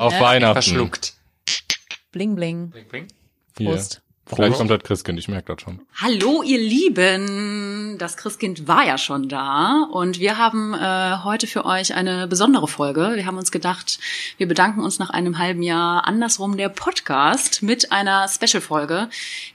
Auf Weihnachten. verschluckt. Bling, bling. Bling, bling. Hier. Prost. Gleich kommt das Christkind, ich merke das schon. Hallo ihr Lieben, das Christkind war ja schon da und wir haben äh, heute für euch eine besondere Folge. Wir haben uns gedacht, wir bedanken uns nach einem halben Jahr andersrum der Podcast mit einer Special-Folge.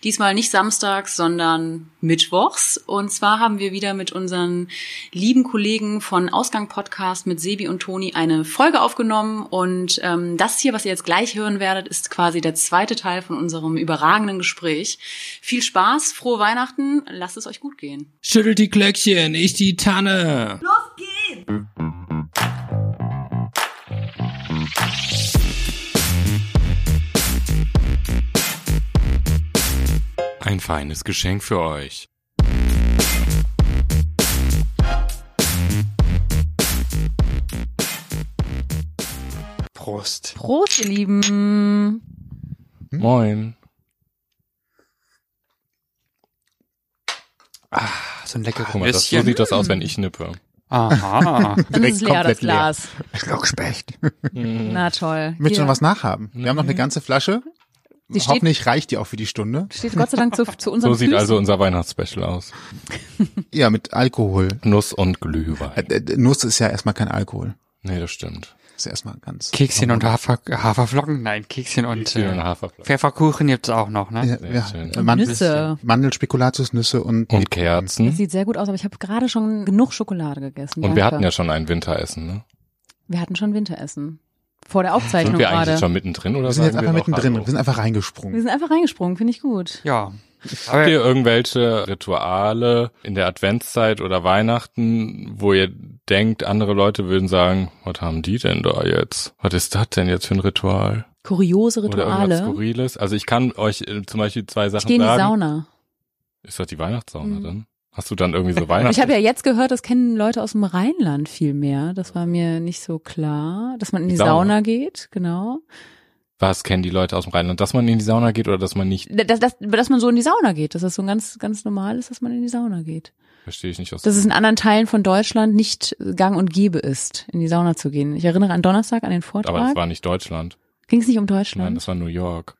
Diesmal nicht samstags, sondern mittwochs. Und zwar haben wir wieder mit unseren lieben Kollegen von Ausgang Podcast mit Sebi und Toni eine Folge aufgenommen. Und ähm, das hier, was ihr jetzt gleich hören werdet, ist quasi der zweite Teil von unserem überragenden Gespräch. Viel Spaß, frohe Weihnachten, lasst es euch gut gehen. Schüttelt die Glöckchen, ich die Tanne. Ein feines Geschenk für euch. Prost. Prost, ihr Lieben. Moin. Ah, So ein leckeres Guck mal, das, so Würstchen. sieht das aus, wenn ich nippe. Aha. Dann ist leer, das Direkt komplett leer. Glas. Schluckspecht. Mhm. Mhm. Na toll. Willst du Hier. noch was nachhaben? Wir haben noch eine ganze Flasche. Mhm. Die steht- Hoffentlich reicht die auch für die Stunde. Steht Gott sei Dank zu, zu unserem So sieht Füßen. also unser Weihnachtsspecial aus. Ja, mit Alkohol. Nuss und Äh, Glühwein. äh, Nuss ist ja erstmal kein Alkohol. Nee, das stimmt. Ist ja erstmal ganz. Kekschen und Hafer, Haferflocken? Nein, Kekschen und Hier eine äh, Haferflocken. Pfefferkuchen gibt's auch noch, ne? Ja, Sehr ja, schön. Oh, äh, Mandel, Nüsse. Mandelspekulatius, Nüsse und, Und Das Kerzen. sieht sehr gut aus, aber ich habe gerade schon genug Schokolade gegessen. Und wir Danke. hatten ja schon ein Winteressen, ne? wir hatten schon Winteressen. Vor der Aufzeichnung Sind wir gerade. eigentlich schon mittendrin oder Wir sind jetzt sagen einfach wir also noch mittendrin. Hallo? Wir sind einfach Wir reingesprungen. sind einfach reingesprungen, finde ich gut. Ja. Habt Aber ihr irgendwelche Rituale in der Adventszeit oder Weihnachten, wo ihr denkt, andere Leute würden sagen, was haben die denn da jetzt? Was ist das denn jetzt für ein Ritual? Kuriose Oder irgendwas Rituale. Skurriles? Also ich kann euch äh, zum Beispiel zwei Ich Sachen gehe in die sagen. Sauna. Ist das die Weihnachtssauna Mhm. dann? Hast du dann irgendwie so Ich habe Weihnachten? ja jetzt gehört, das kennen Leute aus dem Rheinland viel mehr. Das war mir nicht so klar, dass man in die, Die Sauna. Sauna. geht, genau. Was kennen die Leute aus dem Rheinland? Dass man in die Sauna geht oder dass man nicht? Dass, dass, dass man so in die Sauna geht, dass das so ein ganz, ganz normal ist, dass man in die Sauna geht. Verstehe ich nicht aus. Dass es in anderen Teilen von Deutschland nicht gang und gäbe ist, in die Sauna zu gehen. Ich erinnere an Donnerstag, an den aber das Vortrag. war nicht Deutschland. Ging es nicht um Nein, Deutschland? das war New York.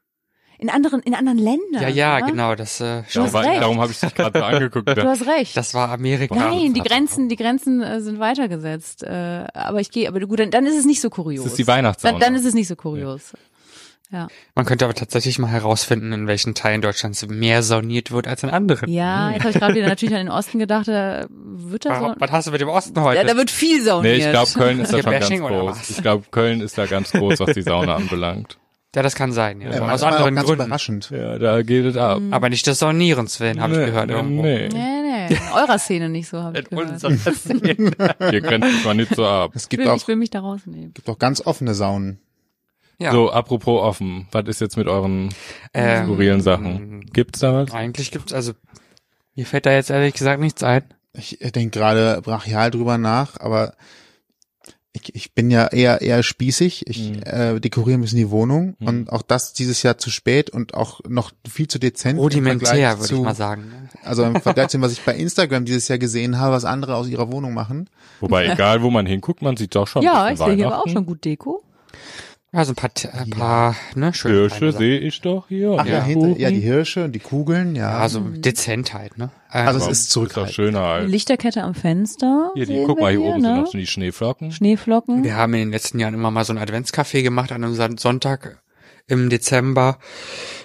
in anderen, in anderen Ländern. ja, ja, oder? genau, das, äh, Du hast Darum- recht. Darum habe ich dich gerade so angeguckt. ne? Du hast recht. das war Amerika. Nein, die Grenzen, die Grenzen äh, sind weitergesetzt. Äh, aber ich gehe, aber gut, dann, dann ist es nicht so kurios. Das ist die Weihnachtssauna. Dann, dann ist es nicht so kurios. Man könnte aber tatsächlich mal herausfinden, in welchen Teilen Deutschlands mehr sauniert wird als in anderen. Ja, Hm. jetzt habe ich gerade wieder natürlich an den Osten gedacht, da wird da so. Ah, Was hast du mit dem Osten heute? Da, also da wird viel Nee, sauniert. ich glaube, Köln ist da Ihr schon ganz Bashing oder groß. was? Ich glaube, Köln ist da ganz groß, was die Sauna anbelangt. ja, das kann sein, ja. Ja, Aus manchmal auch anderen ganz Gründen. überraschend. Ja, da geht es Hm. ab. Aber nicht des Saunierens willen, habe ich gehört. irgendwo. Nee, nee. Nee, nee, in eurer Szene nicht so, habe ich In gehört. Hm. unserer Szene. Hier grenzt es mal nicht so ab. Es Ich gibt will, ich auch, will mich da rausnehmen. gibt auch ganz offene Saunen. ja. So, apropos offen. Was ist jetzt mit euren ähm, skurrilen Hm. Sachen? Gibt's da was? Eigentlich gibt's also mir fällt da jetzt ehrlich gesagt nichts ein. Ich denke gerade brachial drüber nach, aber ich, ich bin ja eher eher spießig. Ich Mhm. äh, dekoriere ein bisschen die Wohnung Mhm. und auch das dieses Jahr zu spät und auch noch viel zu dezent. im Rudimentär Vergleich würde zu- ich mal sagen. ne? Also im Vergleich zu dem, was ich bei Instagram dieses Jahr gesehen habe, was andere aus ihrer Wohnung machen. Wobei, egal wo man hinguckt, man sieht doch schon Ja, ein ich bisschen sehe hier aber auch Weihnachten. schon gut Deko. Also ein paar, ein paar ne, schöne Hirsche kleine Sachen. sehe ich doch hier. Ach ja, Ja. hinter, ja die Hirsche und die Kugeln, ja. Ja, also dezent halt, ne? also es Aber ist Ist doch zurückhaltend. schöner Eine als. Lichterkette am Fenster. Hier, die, halt. sehen guck wir mal, hier oben sind ne? noch schon die Schneeflocken. Schneeflocken. Wir haben in den letzten Jahren immer mal so ein Adventscafé gemacht an einem Son- Sonntag im Dezember,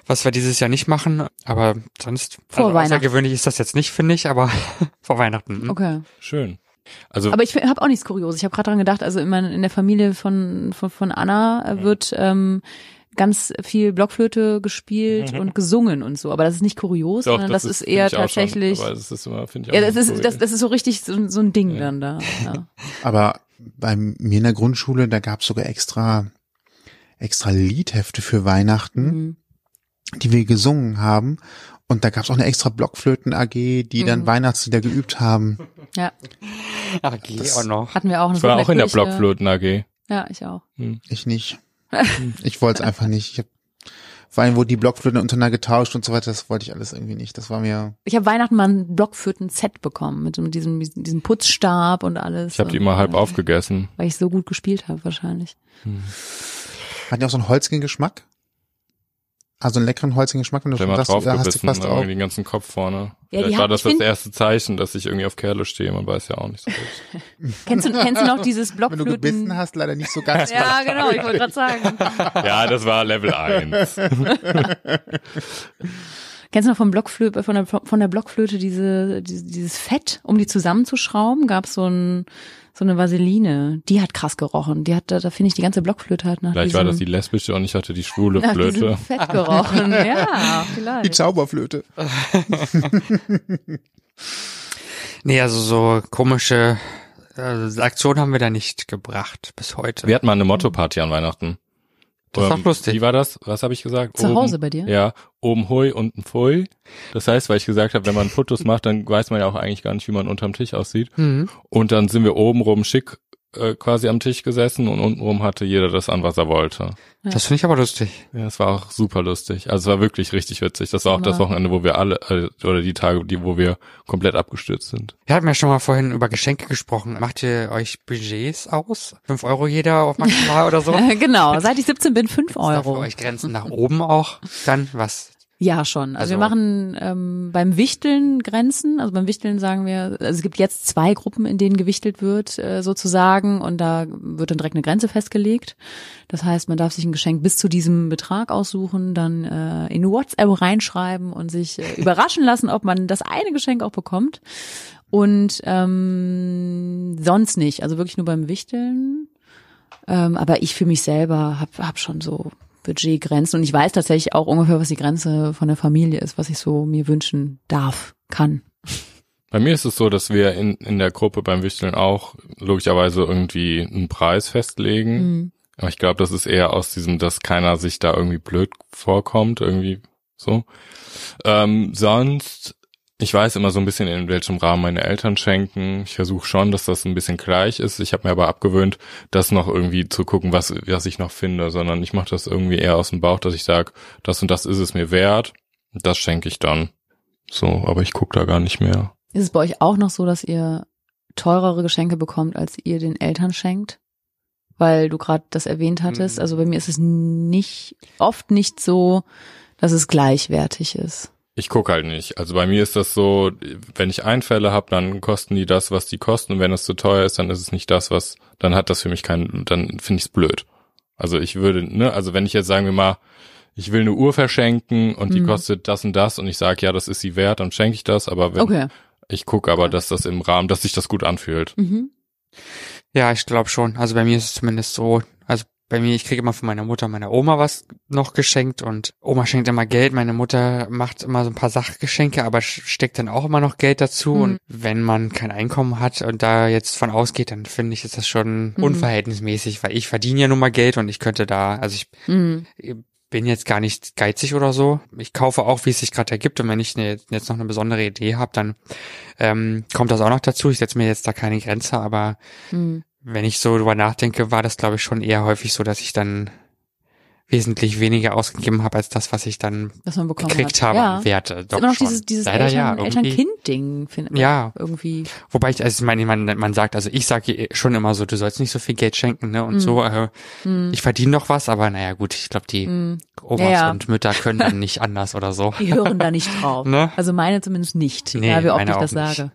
was wir dieses Jahr nicht machen, aber sonst also Vor Weihnachten. außergewöhnlich ist das jetzt nicht, finde ich, aber vor Weihnachten. hm. Okay. Schön. Also, Aber ich habe auch nichts Kurioses. Ich habe gerade dran gedacht, also immer in der Familie von, von, von Anna Mhm. äh, wird ähm, ganz viel Blockflöte gespielt und gesungen und so. Aber das ist nicht kurios, Mhm. doch, sondern das, ist eher find ich auch schon, tatsächlich. aber das ist immer, finde ich ja, auch das cool. ist, das, das ist so richtig so, so ein Ding dann da. Ja. Aber bei mir in der Grundschule, da gab es sogar extra extra Liedhefte für Weihnachten, Mhm. die wir gesungen haben. Und da gab es auch eine extra Blockflöten AG, die dann Weihnachtslieder geübt haben. ja, Ach, geh auch noch. hatten wir auch. ich war auch in der äh, Blockflöten AG. Ja, ich auch. Ich nicht. Ich wollte es einfach nicht. Ich hab, vor allem wurde die Blockflöten untereinander getauscht und so weiter. Das wollte ich alles irgendwie nicht. Das war mir Ich habe Weihnachten mal ein Blockflöten-Set bekommen mit so diesem, diesem Putzstab und alles. Ich habe die Und, immer halb äh, aufgegessen. Weil ich so gut gespielt habe wahrscheinlich. Hat die auch so einen holzigen Geschmack? Also einen leckeren holzigen Geschmack, wenn du Schnell schon mal das hast du draufgebissen, fast auch. ne? irgendwie den ganzen Kopf vorne. die Vielleicht haben- war das ich das find- erste Zeichen, dass ich irgendwie auf Kerle stehe, man weiß ja auch nicht so gut. Kennst du, kennst du noch dieses Wenn du gebissen Blockflöten? hast, leider nicht so ganz. Ja, genau, ich wollte gerade sagen. ja, das war Level 1. Kennst du noch vom Blockflöte, von der, von der Blockflöte diese, diese, dieses Fett, um die zusammenzuschrauben, gab so ein, so eine Vaseline. Die hat krass gerochen. Die hat, da, da finde ich die ganze Blockflöte halt nach Vielleicht diesem, war das die lesbische und ich hatte die schwule nach Flöte. diesem Fett gerochen. Ja, Die vielleicht. Zauberflöte. Nee, also so komische äh, Aktionen haben wir da nicht gebracht bis heute. Wir hatten mal eine Motto-Party an Weihnachten. Ähm, Das ist doch lustig. Wie war das? Was habe ich gesagt? Zu Oben- Hause bei dir? Ja, oben hui, unten pfui. Das heißt, weil ich gesagt habe, wenn man Fotos macht, dann weiß man ja auch eigentlich gar nicht, wie man unterm Tisch aussieht. Mhm. Und dann sind wir oben rum schick äh, quasi am Tisch gesessen und untenrum hatte jeder das an, was er wollte. Das finde ich aber lustig. Ja, es war auch super lustig. Also es war wirklich richtig witzig. Das war auch das Hammer. Wochenende, wo wir alle, äh, oder die Tage, die, wo wir komplett abgestürzt sind. Wir hatten ja schon mal vorhin über Geschenke gesprochen. Macht ihr euch Budgets aus? Fünf Euro jeder auf maximal oder so? Äh, Genau, seit ich 17 bin, 5 Ist da für Euro. euch Grenzen nach oben auch? Dann was? Ja, schon. Also, wir Also- machen ähm, beim Wichteln Grenzen. Also beim Wichteln sagen wir, also es gibt jetzt zwei Gruppen, in denen gewichtelt wird, äh, sozusagen, und da wird dann direkt eine Grenze festgelegt. Das heißt, man darf sich ein Geschenk bis zu diesem Betrag aussuchen, dann äh, in WhatsApp reinschreiben und sich äh, überraschen lassen, ob man das eine Geschenk auch bekommt. Und ähm, sonst nicht. Also wirklich nur beim Wichteln. Ähm, aber ich für mich selber hab hab schon so Budgetgrenzen und ich weiß tatsächlich auch ungefähr, was die Grenze von der Familie ist, was ich so mir wünschen darf, kann. Bei mir ist es so, dass wir in, in der Gruppe beim Wichteln auch logischerweise irgendwie einen Preis festlegen. Mhm. Aber ich glaube, das ist eher aus diesem, dass keiner sich da irgendwie blöd vorkommt, irgendwie so. Ähm, sonst, ich weiß immer so ein bisschen, in welchem Rahmen meine Eltern schenken. Ich versuche schon, dass das ein bisschen gleich ist. Ich habe mir aber abgewöhnt, das noch irgendwie zu gucken, was, was ich noch finde, sondern ich mache das irgendwie eher aus dem Bauch, dass ich sage, das und das ist es mir wert. Das schenke ich dann. So, aber ich gucke da gar nicht mehr. Ist es bei euch auch noch so, dass ihr teurere Geschenke bekommt, als ihr den Eltern schenkt? Weil du gerade das erwähnt hattest. Mhm. Also bei mir ist es nicht, oft nicht so, dass es gleichwertig ist. Ich gucke halt nicht. Also bei mir ist das so, wenn ich Einfälle habe, dann kosten die das, was die kosten. Und wenn es zu teuer ist, dann ist es nicht das, was, dann hat das für mich keinen, dann finde ich es blöd. Also ich würde, ne, also wenn ich jetzt sagen wir mal, ich will eine Uhr verschenken und die Mhm. kostet das und das und ich sage, ja, das ist sie wert, dann schenke ich das, aber wenn, Okay. ich gucke aber, dass das im Rahmen, dass sich das gut anfühlt. Mhm. Ja, ich glaube schon. Also bei mir ist es zumindest so. Also bei mir, ich kriege immer von meiner Mutter, und meiner Oma was noch geschenkt und Oma schenkt immer Geld. Meine Mutter macht immer so ein paar Sachgeschenke, aber sch- steckt dann auch immer noch Geld dazu. Mhm. Und wenn man kein Einkommen hat und da jetzt von ausgeht, dann finde ich, ist das schon Mhm. unverhältnismäßig, weil ich verdiene ja nun mal Geld und ich könnte da, also ich Mhm. bin jetzt gar nicht geizig oder so. Ich kaufe auch, wie es sich gerade ergibt. Und wenn ich ne, jetzt noch eine besondere Idee habe, dann ähm, kommt das auch noch dazu. Ich setze mir jetzt da keine Grenze, aber Mhm. wenn ich so drüber nachdenke, war das, glaube ich, schon eher häufig so, dass ich dann wesentlich weniger ausgegeben habe als das, was ich dann Was man bekommen gekriegt hat. habe ja. an Werte. Ist Doch immer noch schon. dieses, dieses Leider ja, Eltern- irgendwie. Eltern-Kind-Ding, finde ich. Ja. Irgendwie. Wobei ich, also ich meine, man, man sagt, also ich sage schon immer so, du sollst nicht so viel Geld schenken, ne? Und Hm. so, äh, Mhm. ich verdiene noch was, aber naja gut, ich glaube, die Mhm. Omas Ja, ja. und Mütter können dann nicht anders oder so. Die hören da nicht drauf. Ne? Also meine zumindest nicht, Nee, egal wie oft ich meine das auch nicht. sage.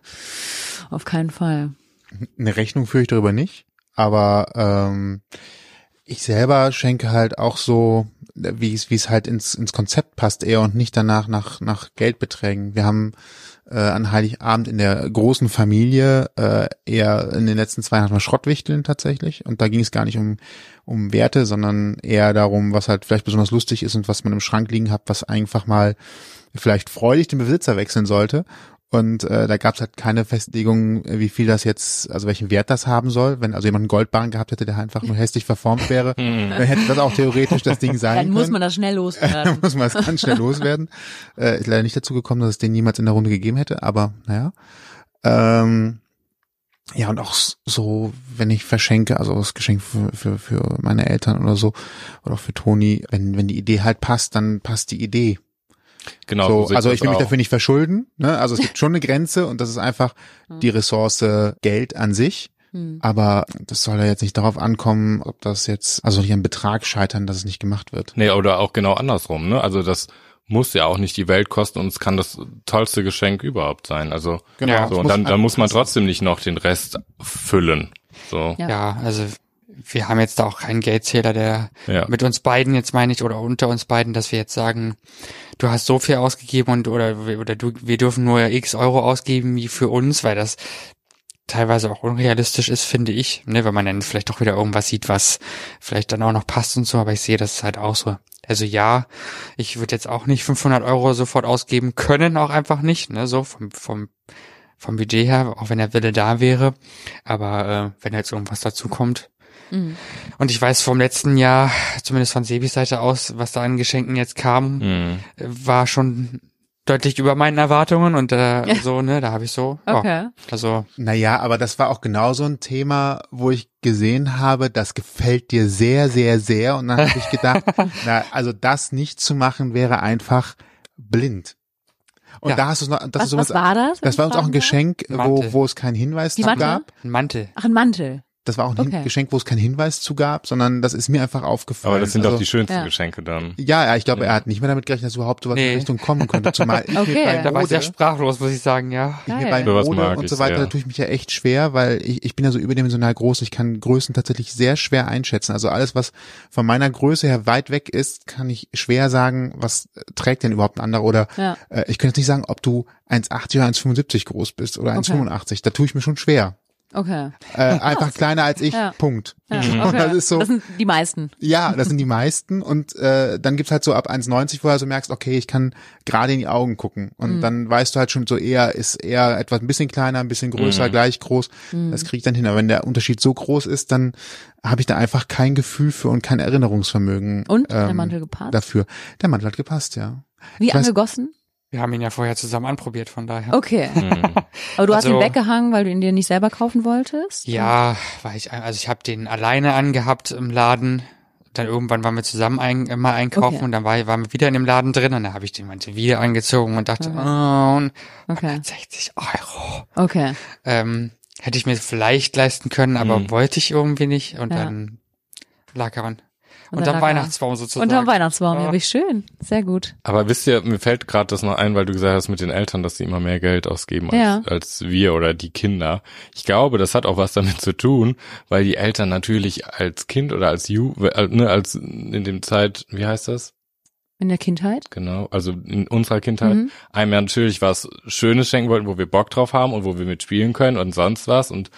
Auf keinen Fall. Eine Rechnung führe ich darüber nicht, aber ähm, ich selber schenke halt auch so, wie es wie es halt ins ins Konzept passt eher und nicht danach nach nach Geldbeträgen. Wir haben äh, an Heiligabend in der großen Familie äh, eher in den letzten zwei Jahren mal Schrottwichteln tatsächlich und da ging es gar nicht um um Werte, sondern eher darum, was halt vielleicht besonders lustig ist und was man im Schrank liegen hat, was einfach mal vielleicht freudig den Besitzer wechseln sollte. Und äh, da gab es halt keine Festlegung, äh, wie viel das jetzt, also welchen Wert das haben soll. Wenn also jemand einen Goldbarren gehabt hätte, der einfach nur hässlich verformt wäre, dann hätte das auch theoretisch das Ding sein Dann können. muss man das schnell Dann loswerden. muss man das ganz schnell loswerden. Äh, ist leider nicht dazu gekommen, dass es den jemals in der Runde gegeben hätte, aber naja. Ähm, ja, und auch s- so, wenn ich verschenke, also das Geschenk für, für, für meine Eltern oder so, oder auch für Toni, wenn, wenn die Idee halt passt, dann passt die Idee. Genau. So, sehe also das ich will mich auch. dafür nicht verschulden. Ne? Also es gibt schon eine Grenze und das ist einfach die Ressource Geld an sich. Hm. Aber das soll ja jetzt nicht darauf ankommen, ob das jetzt, also nicht am Betrag scheitern, dass es nicht gemacht wird. Nee, oder auch genau andersrum, ne? Also das muss ja auch nicht die Welt kosten und es kann das tollste Geschenk überhaupt sein. Also Genau. Ja, so, und dann, dann muss man trotzdem nicht noch den Rest füllen. So, Ja. Ja. also wir haben jetzt da auch keinen Geldzähler, der ja. mit uns beiden jetzt meine ich oder unter uns beiden, dass wir jetzt sagen, du hast so viel ausgegeben und oder wir- oder du wir dürfen nur X Euro ausgeben wie für uns, weil das teilweise auch unrealistisch ist, finde ich, ne, wenn man dann vielleicht doch wieder irgendwas sieht, was vielleicht dann auch noch passt und so, aber ich sehe das halt auch so. Also ja, ich würde jetzt auch nicht 500 Euro sofort ausgeben können, auch einfach nicht, ne, so vom vom vom Budget her, auch wenn der Wille da wäre, aber äh, wenn jetzt irgendwas dazu kommt, Mhm. und ich weiß vom letzten Jahr, zumindest von Sebis Seite aus, was da an Geschenken jetzt kam, Mhm. äh, war schon deutlich über meinen Erwartungen und äh, Ja. so, ne, da habe ich so, Oh, ja, Okay. also Naja, aber das war auch genau so ein Thema, wo ich gesehen habe, das gefällt dir sehr, sehr, sehr. Und dann habe ich gedacht, na, also das nicht zu machen wäre einfach blind. Und Ja. da hast du noch, das, Was, ist uns, was war das? wenn das ich war uns auch fragen ein darf? Geschenk, wo, Mantel. wo es keinen Hinweis Die zu Mantel? gab. ein Mantel. Ach, ein Mantel. Das war auch ein Hin- Okay. Geschenk, wo es keinen Hinweis zu gab, sondern das ist mir einfach aufgefallen. Aber das sind also, doch die schönsten Ja. Geschenke dann. ja, ja, ich glaube, Ja. er hat nicht mehr damit gerechnet, dass überhaupt sowas in Nee. die Richtung kommen könnte. Zumal ich Okay. mir bei Da war ich Mode- sehr sprachlos, muss ich sagen, ja. ich mir Geil. bei Sowas Mode mag und ich so weiter, sehr. da tue ich mich ja echt schwer, weil ich, ich bin ja so überdimensional groß, ich kann Größen tatsächlich sehr schwer einschätzen. Also alles, was von meiner Größe her weit weg ist, kann ich schwer sagen, was äh, trägt denn überhaupt ein anderer oder Ja. äh, ich könnte jetzt nicht sagen, ob du 1,80 oder 1,75 groß bist oder Okay. 1,85, da tue ich mir schon schwer. Okay. Äh, einfach kleiner als ich, Ja. Punkt. Ja, Mhm. okay. Das ist so- Das sind die meisten. Ja, das sind die meisten und äh, dann gibt's halt so ab 1,90, wo du so merkst, okay, ich kann gerade in die Augen gucken und dann weißt du halt schon so eher, ist eher etwas ein bisschen kleiner, ein bisschen größer, Mhm. gleich groß, das krieg ich dann hin, aber wenn der Unterschied so groß ist, dann habe ich da einfach kein Gefühl für und kein Erinnerungsvermögen Und hat der ähm, Mantel gepasst? dafür. Der Mantel hat gepasst, ja. Wie ich weiß- angegossen? Wir haben ihn ja vorher zusammen anprobiert, von daher. Okay. Mhm. Aber du hast ihn Hm. Also- weggehangen, weil du ihn dir nicht selber kaufen wolltest? Ja, weil ich, also ich habe den alleine angehabt im Laden. Dann irgendwann waren wir zusammen ein, äh, mal einkaufen Okay. und dann war, waren wir wieder in dem Laden drin und dann habe ich den Mantel wieder angezogen und dachte, Okay. Ah. oh, und Okay. 60 Euro. Okay. Ähm, hätte ich mir vielleicht leisten können, aber Mhm. wollte ich irgendwie nicht. Und Ja. dann lag er an. Und Und, dann lag dann er Weihnachtsbaum sozusagen. Und am Weihnachtsbaum, ja, Ja. wie schön. Sehr gut. Aber wisst ihr, mir fällt gerade das noch ein, weil du gesagt hast mit den Eltern, dass sie immer mehr Geld ausgeben als, Ja. als wir oder die Kinder. Ich glaube, das hat auch was damit zu tun, weil die Eltern natürlich als Kind oder als Ju, äh, ne, als in dem Zeit, wie heißt das? In der Kindheit? Mhm. Genau, also in unserer Kindheit, einem ja natürlich was Schönes schenken wollten, wo wir Bock drauf haben und wo wir mitspielen können und sonst was und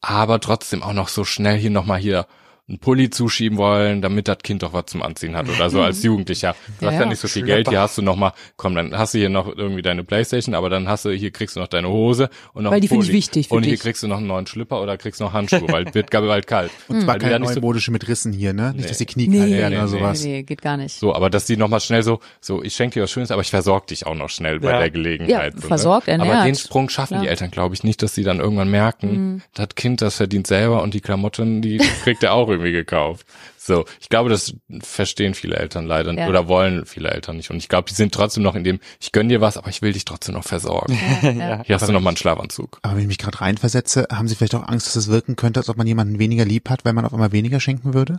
aber trotzdem auch noch so schnell hier nochmal hier einen Pulli zuschieben wollen, damit das Kind doch was zum Anziehen hat oder so als Jugendlicher. Du Ja, hast ja ja. nicht so viel Schlüpper. Geld, hier hast du nochmal, komm, dann hast du hier noch irgendwie deine Playstation, aber dann hast du, hier kriegst du noch deine Hose und noch Weil einen die find ich Pulli. wichtig für Und hier dich. kriegst du noch einen neuen Schlüpper oder kriegst noch Handschuhe, weil wird bald kalt. Und zwar Weil die da keine nicht so neumodische mit Rissen hier, ne? Nicht, dass die Knie kalt Nee, werden oder nee, sowas. nee, geht gar nicht. So, aber dass die nochmal schnell so, so, ich schenke dir was Schönes, aber ich versorge dich auch noch schnell bei Ja. der Gelegenheit. Ja, so, versorgt, ne? ernährt. Aber den Sprung schaffen die Klar. Mhm. Eltern, glaube ich, nicht, dass sie dann irgendwann merken, das Kind, das verdient selber und die Klamotten, die kriegt er auch irgendwie gekauft. So, ich glaube, das verstehen viele Eltern leider Ja. oder wollen viele Eltern nicht. Und ich glaube, die sind trotzdem noch in dem, ich gönn dir was, aber ich will dich trotzdem noch versorgen. ja. Hier hast du nochmal einen Schlafanzug. Aber wenn ich mich gerade reinversetze, haben Sie vielleicht auch Angst, dass es wirken könnte, als ob man jemanden weniger lieb hat, weil man auf einmal weniger schenken würde?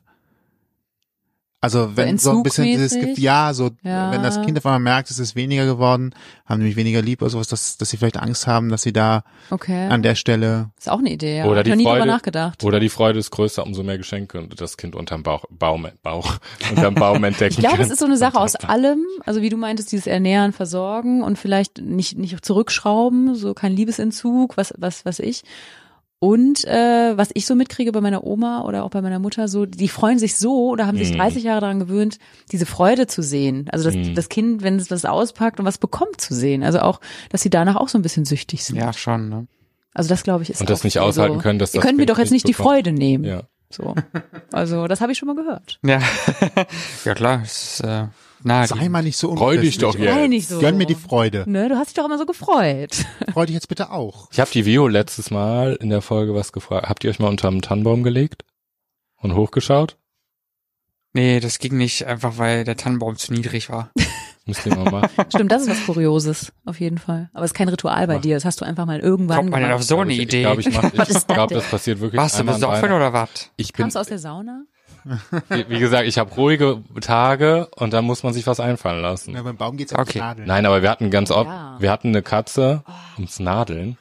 Also wenn so ein bisschen dieses Gef- entzugsmäßig? ja, so Ja. wenn das Kind auf einmal merkt, es ist weniger geworden, haben nämlich weniger lieb oder sowas, dass, dass sie vielleicht Angst haben, dass sie da Okay. an der Stelle ist auch eine Idee. Ja. Oder Hab die ich noch nie drüber Freude- nachgedacht. Oder die Freude ist größer, umso mehr Geschenke und das Kind unterm Bauch, Baum, Bauch, unterm Baum entdecken Ich glaube, kann. es ist so eine Sache aus Unterm Bauch. allem, also wie du meintest, dieses Ernähren, Versorgen und vielleicht nicht, nicht zurückschrauben, so kein Liebesentzug, was, was, was ich. Und äh, was ich so mitkriege bei meiner Oma oder auch bei meiner Mutter, so, die freuen sich so oder haben sich Mhm. 30 Jahre daran gewöhnt, diese Freude zu sehen. Also das, Mhm. das Kind, wenn es das auspackt und was bekommt zu sehen. Also auch, dass sie danach auch so ein bisschen süchtig sind. Ja, schon, ne? Also das glaube ich ist Und das auch nicht so. aushalten können, dass Ihr das könnt mir Kind doch jetzt nicht die bekommt. Freude nehmen. Ja. So. Also das habe ich schon mal gehört. Ja, ja klar, es ist äh, nahe. sei mal nicht so Freu dich unchristlich. doch jetzt. Nein, nicht so. Gönn mir die Freude. Ne, du hast dich doch immer so gefreut. Freu dich jetzt bitte auch. Ich habe die Vio letztes Mal in der Folge was gefragt. Habt ihr euch mal unterm Tannenbaum gelegt und hochgeschaut? Nee, das ging nicht, einfach weil der Tannenbaum zu niedrig war. Müsst ihr mal machen. Stimmt, das ist was Kurioses, auf jeden Fall. Aber es ist kein Ritual bei Mach. dir, das hast du einfach mal irgendwann Kommt man denn gemacht. auf so eine ich ich Idee? glaube, ich, mach- Was ich ist das glaub, denn? das passiert wirklich Warst du einmal an besoffen Weihnachten. oder was? Ich bin, Kamst du aus der Sauna? wie wie gesagt, ich habe ruhige Tage und da muss man sich was einfallen lassen. Na, beim Baum geht's Okay. Nein, aber wir hatten ganz oft, Ja. wir hatten eine Katze ums Nadeln.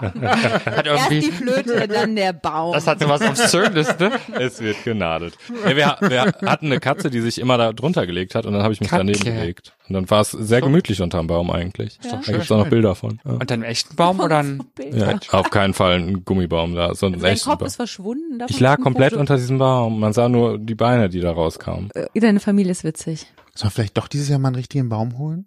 Hat Erst die irgendwie, Flöte, dann der Baum. das hat sowas Obszönes, ne? Es wird genadelt. Nee, wir, wir hatten eine Katze, die sich immer da drunter gelegt hat und dann habe ich mich Kacke. daneben gelegt. Und dann war es sehr gemütlich unterm Baum eigentlich. Da schön. gibt's auch noch Bilder von. Ja. Und dann einen echten Baum oder ein, Ja, auf keinen Fall ein Gummibaum da, sondern Dein echt Kopf ist verschwunden. davon Ich lag ist ein komplett Foto. unter diesem Baum. Man sah nur die Beine, die da rauskamen. Deine Familie ist witzig. Soll vielleicht doch dieses Jahr mal einen richtigen Baum holen?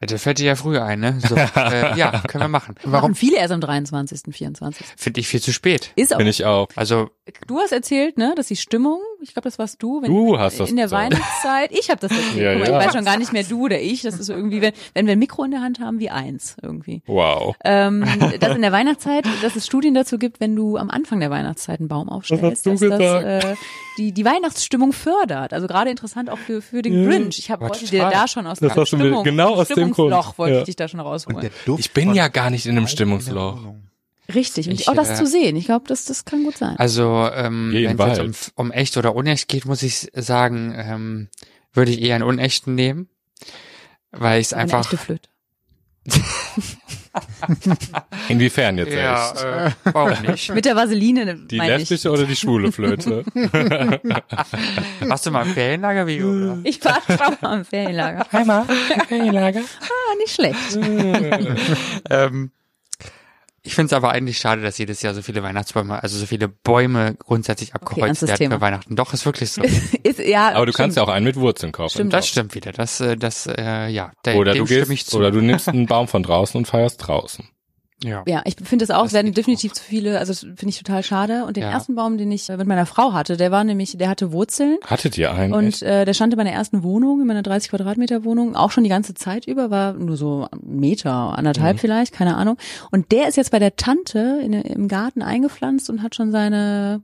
der fällt dir ja früh ein, ne? So, äh, ja, können wir machen. Warum? Machen viele erst am 23., 24. Finde ich viel zu spät. Ist auch. Bin ich auch. Also, Du hast erzählt, ne, dass die Stimmung, ich glaube, das warst du, wenn Du hast das in der gesagt. Weihnachtszeit, ich habe das erzählt. Ja, Guck mal, ja. Ich weiß schon gar nicht mehr du oder ich. Das ist irgendwie, wenn, wenn wir ein Mikro in der Hand haben, wie eins irgendwie. Wow. Ähm, dass in der Weihnachtszeit, dass es Studien dazu gibt, wenn du am Anfang der Weihnachtszeit einen Baum hast aufstellst, du dass gesagt. das äh, die, die Weihnachtsstimmung fördert. Also gerade interessant auch für, für den Grinch. Ich hab, Aber wollte dir total. da schon aus Das dem hast du mir Stimmung, genau aus dem Grund. Stimmungsloch wollte Ja. ich dich da schon rausholen. Duft Ich bin von- ja gar nicht in einem In der Stimmungsloch. Wohnung. Richtig. Und Ich, auch das äh, zu sehen, ich glaube, das, das kann gut sein. also ähm, Geh in wenn den es Wald. um, um echt oder unecht geht, muss ich sagen, ähm, würde ich eher einen unechten nehmen, weil ich es Eine einfach echte Flöte. Inwiefern jetzt echt? ja, äh, warum nicht? Mit der Vaseline, ne, Die meine ich. lesbische oder die schwule Flöte? Warst du mal im Ferienlager wie oder? Ich war schon mal im Ferienlager. Einmal Ferienlager. Ah, nicht schlecht. ähm, ich finde es aber eigentlich schade, dass jedes Jahr so viele Weihnachtsbäume, also so viele Bäume grundsätzlich abgekreuzt ernstes werden Thema. für Weihnachten. Doch, ist wirklich so. Ist, ja, Aber du kannst ja stimmt. auch einen mit Wurzeln kaufen. Stimmt. Das stimmt wieder. Das, äh, das, äh, ja. De, Oder dem du stimme ich gehst, zu. oder du nimmst einen Baum von draußen und feierst draußen. ja. Ja, ich finde es auch, Das es werden geht definitiv zu viele, also das finde ich total schade. Und den Ja. ersten Baum, den ich äh, mit meiner Frau hatte, der war nämlich, der hatte Wurzeln. Hattet ihr einen? echt? Und äh, der stand in meiner ersten Wohnung, in meiner 30 Quadratmeter Wohnung, auch schon die ganze Zeit über, war nur so ein Meter, anderthalb Mhm. vielleicht, keine Ahnung. Und der ist jetzt bei der Tante in, im Garten eingepflanzt und hat schon seine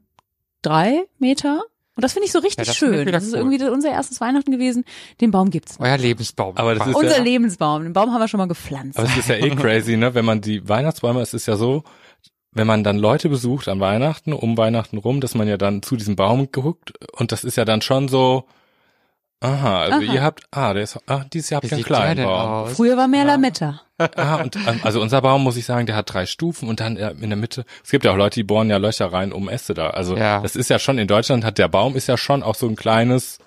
drei Meter. Und das finde ich so richtig Ja, das finde ich schön. wieder Das ist cool. irgendwie unser erstes Weihnachten gewesen. Den Baum gibt's. Euer Lebensbaum. Aber das ist Unser ja- Lebensbaum. Den Baum haben wir schon mal gepflanzt. Aber es ist ja eh crazy, ne? Wenn man die Weihnachtsbäume, es ist ja so, wenn man dann Leute besucht an Weihnachten, um Weihnachten rum, dass man ja dann zu diesem Baum geguckt und das ist ja dann schon so, aha, also Aha. ihr habt, ah, der ist, ah, dieses Jahr habt Wie ihr einen sieht der kleinen denn Baum. aus? Früher war mehr Lametta. Ah, und, ähm, also unser Baum, muss ich sagen, der hat drei Stufen und dann äh, in der Mitte, es gibt ja auch Leute, die bohren ja Löcher rein, um Äste da, also Ja. das ist ja schon, in Deutschland hat der Baum, ist ja schon auch so ein kleines,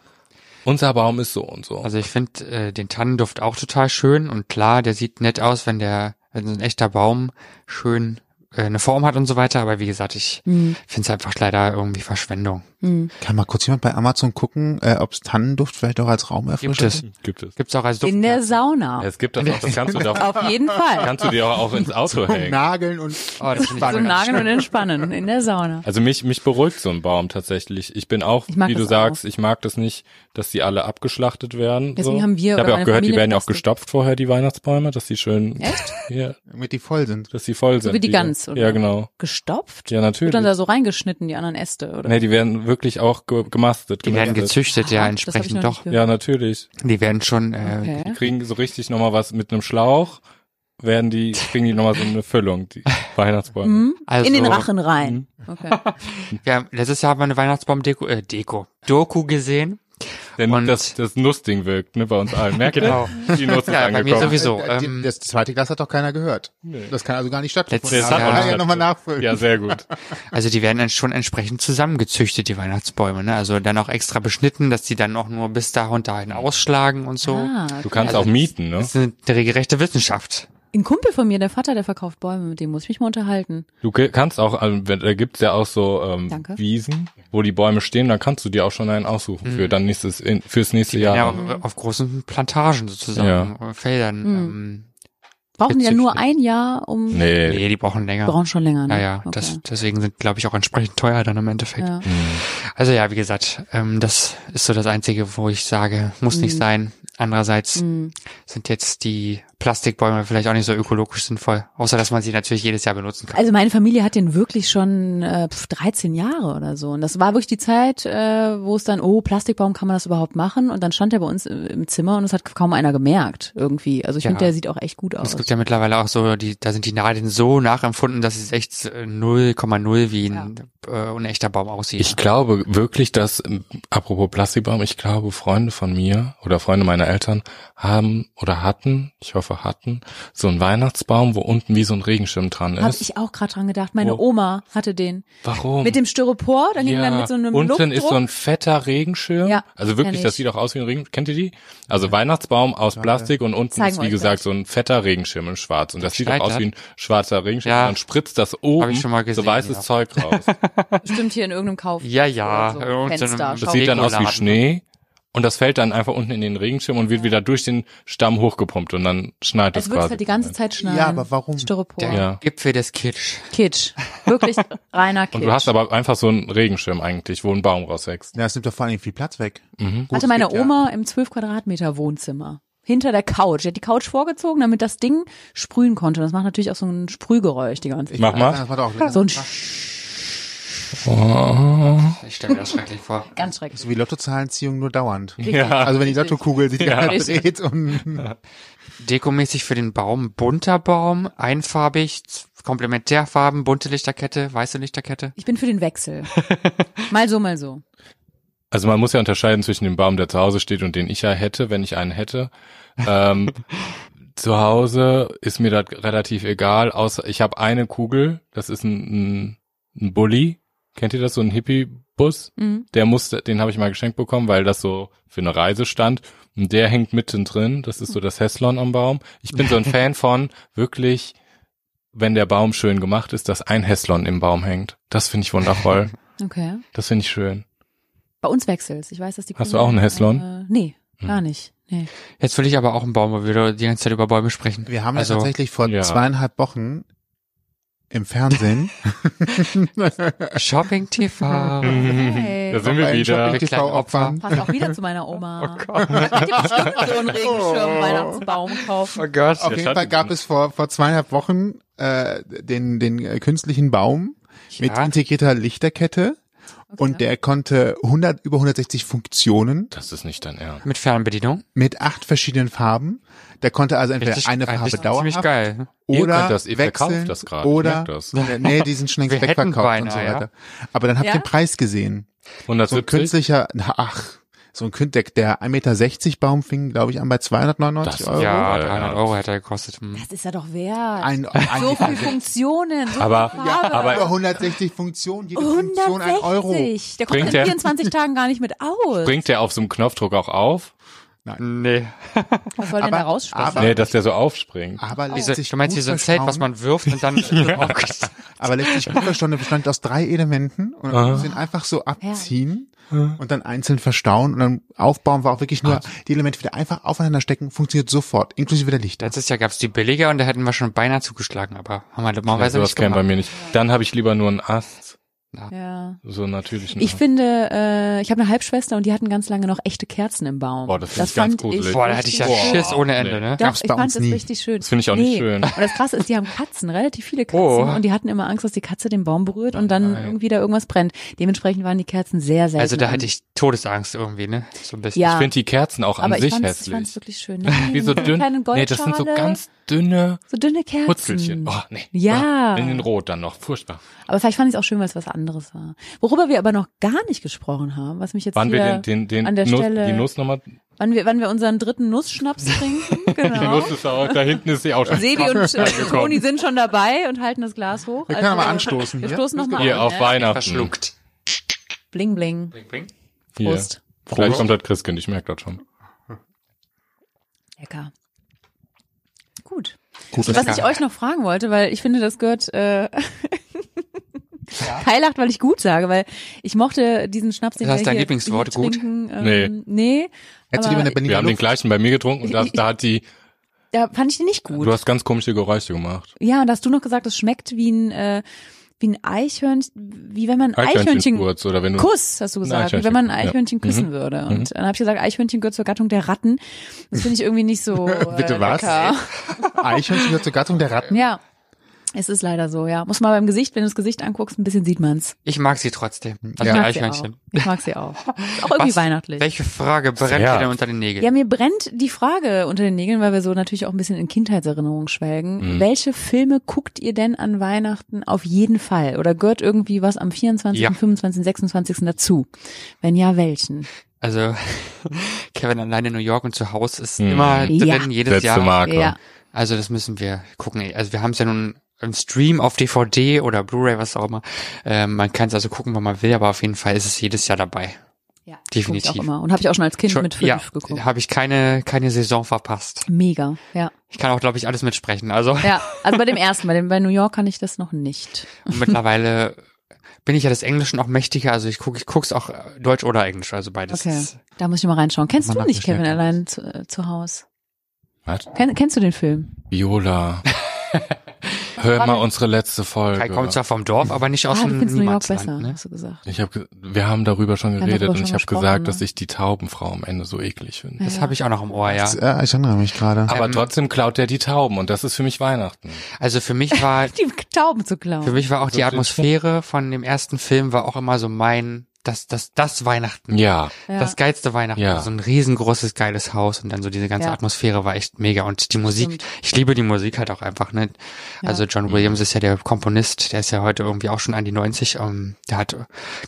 unser Baum ist so und so. Also ich finde äh, den Tannenduft auch total schön und klar, der sieht nett aus, wenn der, wenn so ein echter Baum schön äh, eine Form hat und so weiter. Aber wie gesagt, ich Mhm. finde es einfach leider irgendwie Verschwendung. Mhm. Kann mal kurz jemand bei Amazon gucken, äh, ob's Tannenduft vielleicht auch als Gibt Raumerfrischer es? gibt es. Gibt's auch also als Duft. In der Sauna. Genau. Es gibt das auch, das kannst du da, Auf jeden Fall. kannst du dir auch ins Auto hängen. Nageln und Oh, das find ich Zum Nageln und Entspannen in der Sauna. Also mich, mich beruhigt so ein Baum tatsächlich. Ich bin auch, Ich mag wie du das sagst, ich mag das nicht, dass die alle abgeschlachtet werden. Deswegen so. haben wir ich habe oder ja auch meine gehört, die Familie werden ja auch Plastik. gestopft vorher, die Weihnachtsbäume, dass die schön, Echt? ja, damit die voll sind. dass die voll So sind. wie die Gans, oder? Ja, genau. Gestopft? Ja, natürlich. Wird dann da so reingeschnitten, die anderen Äste, oder? nee, die werden wirklich auch ge gemastet. Die werden gemästet. gezüchtet, ja, Aha, das hab entsprechend ich noch nicht doch. gehört. Ja, natürlich. Die werden schon, äh, Die Okay. kriegen so richtig nochmal was mit einem Schlauch, werden die, kriegen die nochmal so eine Füllung, die Weihnachtsbäume. Mhm. also Mhm. in den Rachen rein. Okay. Wir haben, letztes Jahr haben wir eine Weihnachtsbaum-Deko, äh, Deko, Doku gesehen. Denn Und- das, das Nussding wirkt, ne, bei uns allen. Merkt ihr? Genau. Die Nuss ist Ja, bei mir angekommen. sowieso. Äh, die- Ähm, das zweite Glas hat doch keiner gehört. Das kann also gar nicht stattfinden. Letztes Das hat Ja. auch Ah, nicht ja, stattgefunden. nochmal nachfüllen. Ja, sehr gut. Also die werden dann schon entsprechend zusammengezüchtet, die Weihnachtsbäume. Ne? Also dann auch extra beschnitten, dass die dann auch nur bis da und dahin ausschlagen und so. Ah, Du kannst Also auch mieten, ne? Das ist eine regelrechte Wissenschaft. ein Kumpel von mir, der Vater, der verkauft Bäume, mit dem muss ich mich mal unterhalten. Du ge- kannst auch, also, wenn- da gibt's ja auch so ähm, Danke. Wiesen, wo die Bäume stehen, dann kannst du dir auch schon einen aussuchen für dann nächstes, in, fürs nächste Die werden ja Jahr. auch auf großen Plantagen sozusagen, äh, Feldern. Hm. Ähm, Brauchen die ja Witzig, nur ne? ein Jahr, um... Nee. nee, die brauchen länger. Brauchen schon länger, ne? ja, ja, Okay. das, deswegen sind, glaube ich, auch entsprechend teuer dann im Endeffekt. Ja. Hm. Also ja, wie gesagt, ähm, das Hm. ist so das Einzige, wo ich sage, muss nicht sein. Andererseits Mhm. sind jetzt die Plastikbäume vielleicht auch nicht so ökologisch sinnvoll. Außer, dass man sie natürlich jedes Jahr benutzen kann. Also meine Familie hat den wirklich schon äh, pf, 13 Jahre oder so. Und das war wirklich die Zeit, äh, wo es dann, oh, Plastikbaum, kann man das überhaupt machen? Und dann stand der bei uns im im Zimmer und es hat kaum einer gemerkt irgendwie. Also ich Ja. finde, der sieht auch echt gut aus. es gibt ja mittlerweile auch so, die, da sind die Nadeln so nachempfunden, dass es echt äh, 0,0 wie ein äh, unechter Baum aussieht. Ich glaube wirklich, dass, ähm, apropos Plastikbaum, ich glaube, Freunde von mir oder Freunde meiner Eltern haben oder hatten, ich hoffe hatten, so einen Weihnachtsbaum, wo unten wie so ein Regenschirm dran Habe ist. ich auch gerade dran gedacht. Meine Wo? Oma hatte den. Warum? Mit dem Styropor, dann ging ja, er mit so einem unten Luftdruck. ist so ein fetter Regenschirm. Ja, also wirklich, kenn das ich. sieht auch aus wie ein Regenschirm. Kennt ihr die? Also Weihnachtsbaum aus Plastik und unten Zeigen ist, wir wie euch gesagt, so ein fetter Regenschirm in schwarz. Und das sieht auch Schneid aus das. wie ein schwarzer Regenschirm. Ja. Und dann spritzt das oben ich schon mal so gesehen, weißes ja. Zeug raus. Bestimmt hier in irgendeinem Kauf. ja, ja. So, irgend so Fenster, einem Schau- Das sieht dann aus wie Dekoladen. Schnee und das fällt dann einfach unten in den Regenschirm und wird wieder durch den Stamm hochgepumpt und dann schneit es Es wird quasi. halt die ganze Zeit schneiden. Ja, aber warum? Styropor. Der Ja. Gipfel des Kitsch. Kitsch. Wirklich reiner Kitsch. Und du hast aber einfach so einen Regenschirm eigentlich, wo ein Baum rauswächst. Ja, es nimmt doch vor allen Dingen viel Platz weg. Mhm. Gut, hatte es meine gibt ja- Oma im 12 Quadratmeter Wohnzimmer. Hinter der Couch. Die hat die Couch vorgezogen, damit das Ding sprühen konnte. Das macht natürlich auch so ein Sprühgeräusch die ganze Zeit. Mach mal. Das war doch auch So ein Ich stelle mir das schrecklich vor. ganz schrecklich. so wie Lottozahlenziehung nur dauernd. Ja. Also wenn die Lottokugel sich ja. Richtig. dreht und Dekomäßig für den Baum bunter Baum, einfarbig, z- Komplementärfarben, bunte Lichterkette, weiße Lichterkette. Ich bin für den Wechsel. Mal so, mal so. Also man muss ja unterscheiden zwischen dem Baum, der zu Hause steht und den ich ja hätte, wenn ich einen hätte. Ähm, zu Hause ist mir das relativ egal, außer ich habe eine Kugel, das ist ein, ein, ein Bulli. Kennt ihr das, so ein Hippie-Bus? Mhm. Der musste, den habe ich mal geschenkt bekommen, weil das so für eine Reise stand. Und der hängt mittendrin. Das ist so das Heslon am Baum. Ich bin so ein Fan von wirklich, wenn der Baum schön gemacht ist, dass ein Heslon im Baum hängt. Das finde ich wundervoll. Okay. Das finde ich schön. Bei uns wechselst. Ich weiß, dass die Hast du auch einen Hässlon? Hm. Äh, nee, gar nicht. Nee. Jetzt will ich aber auch einen Baum, wo wir die ganze Zeit über Bäume sprechen. wir haben das also, tatsächlich vor Ja. zweieinhalb Wochen im Fernsehen Shopping TV. Hey. Da sind wir Ein wieder. Wir kleinen TV-Opfer. Opfer. Passt auch wieder zu meiner Oma. Oh Gott. Ich dir bestimmt so einen Oh. Regenschirm-Weihnachtsbaum kaufen. Oh Gott. Auf jeden Schatten- Fall gab es vor, vor zweieinhalb Wochen äh, den, den äh, künstlichen Baum mit Ja. integrierter Lichterkette und der konnte 100, über 160 Funktionen Das ist nicht dein Ernst. Mit Fernbedienung. mit acht verschiedenen Farben. Der konnte also entweder Richtig- eine eigentlich Farbe Ziemlich dauerhaft geil. Ihr oder könnt das, ihr verkauft wechseln das gerade, ich oder merk das. nee, die sind schon längst Wir hätten wegverkauft und so beinahe, ja. weiter. Aber dann habt ihr Ja? den Preis gesehen. So ein 170? künstlicher, na, ach, so ein Kün- der, der 1,60 Meter Baum fing, glaube ich, an bei 299 Das- Euro. Ja, Ja, 300 ja. Euro hätte er gekostet. Hm. Das ist ja doch wert. Ein, ein so viele Meter- Funktionen, so viele Aber- Farbe. aber- über 160 Funktionen, jede Funktion ein 160. Euro. Der kommt Bringt in der- 24 Tagen gar nicht mit aus. Bringt der auf so einem Knopfdruck auch auf? Nee. Was soll denn aber- da rausspringen? aber- Nee, dass der so aufspringt. Aber lässt Diese, sich du meinst hier gut so ein Zelt, verstauen- was man wirft und dann... Oh Gott. Aber lässt sich gut verstauen, der bestand aus drei Elementen und Ah. man muss ihn einfach so abziehen und dann einzeln verstauen und dann aufbauen war auch wirklich nur die Elemente wieder einfach aufeinander stecken, funktioniert sofort, inklusive der Lichter. Letztes Jahr gab's die billiger und da hätten wir schon beinahe zugeschlagen, aber haben wir dummerweise ja, nicht sowas käme bei gemacht. mir nicht. Dann habe ich lieber nur einen Ast, ja. so einen natürlichen Ich Ast. finde, äh, ich habe eine Halbschwester und die hatten ganz lange noch echte Kerzen im Baum. Boah, das find ich ganz fand gruselig. ich Boah, da hatte ich ja richtig schön. Schiss ohne Ende, Nee. ne? Doch, Gab's ich bei fand uns es nie. richtig schön. Das finde ich auch nicht schön. Und das Krasse ist, die haben Katzen, relativ viele Katzen. Oh. Und die hatten immer Angst, dass die Katze den Baum berührt und dann irgendwie da irgendwas brennt. Dementsprechend waren die Kerzen sehr, sehr Also da hatte ich Todesangst irgendwie, ne? So ein bisschen. Ja. Ich finde die Kerzen auch an aber sich ich fand's, Ich fand's hässlich. wirklich schön. Nein, Wie so mit dünn. kleinen Nee, das sind so Goldschale, ganz dünne so dünne Kerzen. Putzelchen. Oh, nee. Ja. In den Rot dann noch. Furchtbar. Aber vielleicht fand ich es auch schön, weil es was anderes war. Worüber wir aber noch gar nicht gesprochen haben, was mich jetzt Wann hier, wir den, den, den an der Nuss, Stelle- die Nuss nochmal, wann wir, wann wir unseren dritten Nussschnaps trinken, die genau. Nuss ist da auch, da hinten ist sie auch schon. Sebi und äh, angekommen. Toni sind schon dabei und halten das Glas hoch. Wir können Also, mal anstoßen Wir hier. stoßen nochmal Hier auf Weihnachten. Verschluckt. ne? Bling, bling. Hier. Prost. Vielleicht kommt das Christkind, ich merke das schon. Lecker. Gut. Gut, Was ich euch noch fragen wollte, weil ich finde, das gehört. Äh, Kai lacht, weil ich gut sage, weil ich mochte diesen Schnaps, den Das wir ist dein hier, Lieblingswort, hier gut? trinken. Ähm, nee. Hättest du lieber aber eine Berliner Wir haben den Luft? gleichen bei mir getrunken und da, da hat die, Da fand ich den nicht gut. du hast ganz komische Geräusche gemacht. Ja, und da hast du noch gesagt, es schmeckt wie ein äh, wie ein Eichhörnchen, wie wenn man ein Eichhörnchen Eichhörnchengurz oder wenn du Kuss, hast du gesagt, wie wenn man ein ne? Eichhörnchen, Eichhörnchen ja. küssen Mhm. würde. Mhm. Und dann habe ich gesagt, Eichhörnchen gehört zur Gattung der Ratten. Das finde ich irgendwie nicht so äh, Bitte was? lecker. Eichhörnchen gehört zur Gattung der Ratten. Ja, es ist leider so, ja. Muss man beim Gesicht, wenn du das Gesicht anguckst, ein bisschen sieht man's. Ich mag sie trotzdem. Also Ja. die mag sie Eichhörnchen. Auch. Ich mag sie auch. Ist auch irgendwie Was- weihnachtlich. Welche Frage brennt Sehr. dir denn unter den Nägeln? Ja, mir brennt die Frage unter den Nägeln, weil wir so natürlich auch ein bisschen in Kindheitserinnerungen schwelgen. Mhm. Welche Filme guckt ihr denn an Weihnachten auf jeden Fall? Oder gehört irgendwie was am 24., Ja. 25., 26. dazu? Wenn ja, welchen? Also Kevin alleine in New York und zu Hause ist Mhm. immer Ja. drin, jedes letzte Jahr. Marke. Ja. Also das müssen wir gucken. Also wir haben es ja nun im Stream auf DVD oder Blu-ray, was auch immer. Ähm, man kann es also gucken, wann man will, aber auf jeden Fall ist es jedes Jahr dabei. ja. Definitiv. Guck ich auch immer. Und habe ich auch schon als Kind Schon- mit fünf ja, geguckt. habe ich keine, keine Saison verpasst. Mega, ja. Ich kann auch, glaube ich, alles mitsprechen. Also Ja, also bei dem ersten, bei, dem, bei New York kann ich das noch nicht. und mittlerweile bin ich ja des Englischen auch mächtiger. Also ich gucke ich guck's auch äh, Deutsch oder Englisch, also beides. Okay. Da muss ich mal reinschauen. Kennst Man du nicht nachgestellt Kevin hat. allein zu, äh, zu Haus? Was? Kenn, kennst du den Film? Viola. Hör mal unsere letzte Kai Folge. kommt zwar vom Dorf, aber nicht aus ah, du dem findest New York Niemandsland. besser, Ne? hast du gesagt. Ich hab, ge- wir haben darüber schon haben geredet darüber und schon ich habe gesprochen, gesagt, ne? dass ich die Taubenfrau am Ende so eklig finde. Das Ja. habe ich auch noch im Ohr, ja. Das, äh, Ich erinnere mich gerade. Aber Ähm, trotzdem klaut er die Tauben und das ist für mich Weihnachten. Also für mich war Die Tauben zu klauen. Für mich war auch die Das ist- Atmosphäre von dem ersten Film war auch immer so mein, das, das, das Weihnachten. Ja. Ja. Das geilste Weihnachten. Ja. Also So ein riesengroßes, geiles Haus und dann so diese ganze Ja. Atmosphäre war echt mega. Und die Musik, Stimmt. ich liebe die Musik halt auch einfach, ne? Ja. Also John Williams ist ja der Komponist, der ist ja heute irgendwie auch schon an die 90. Ähm, der hat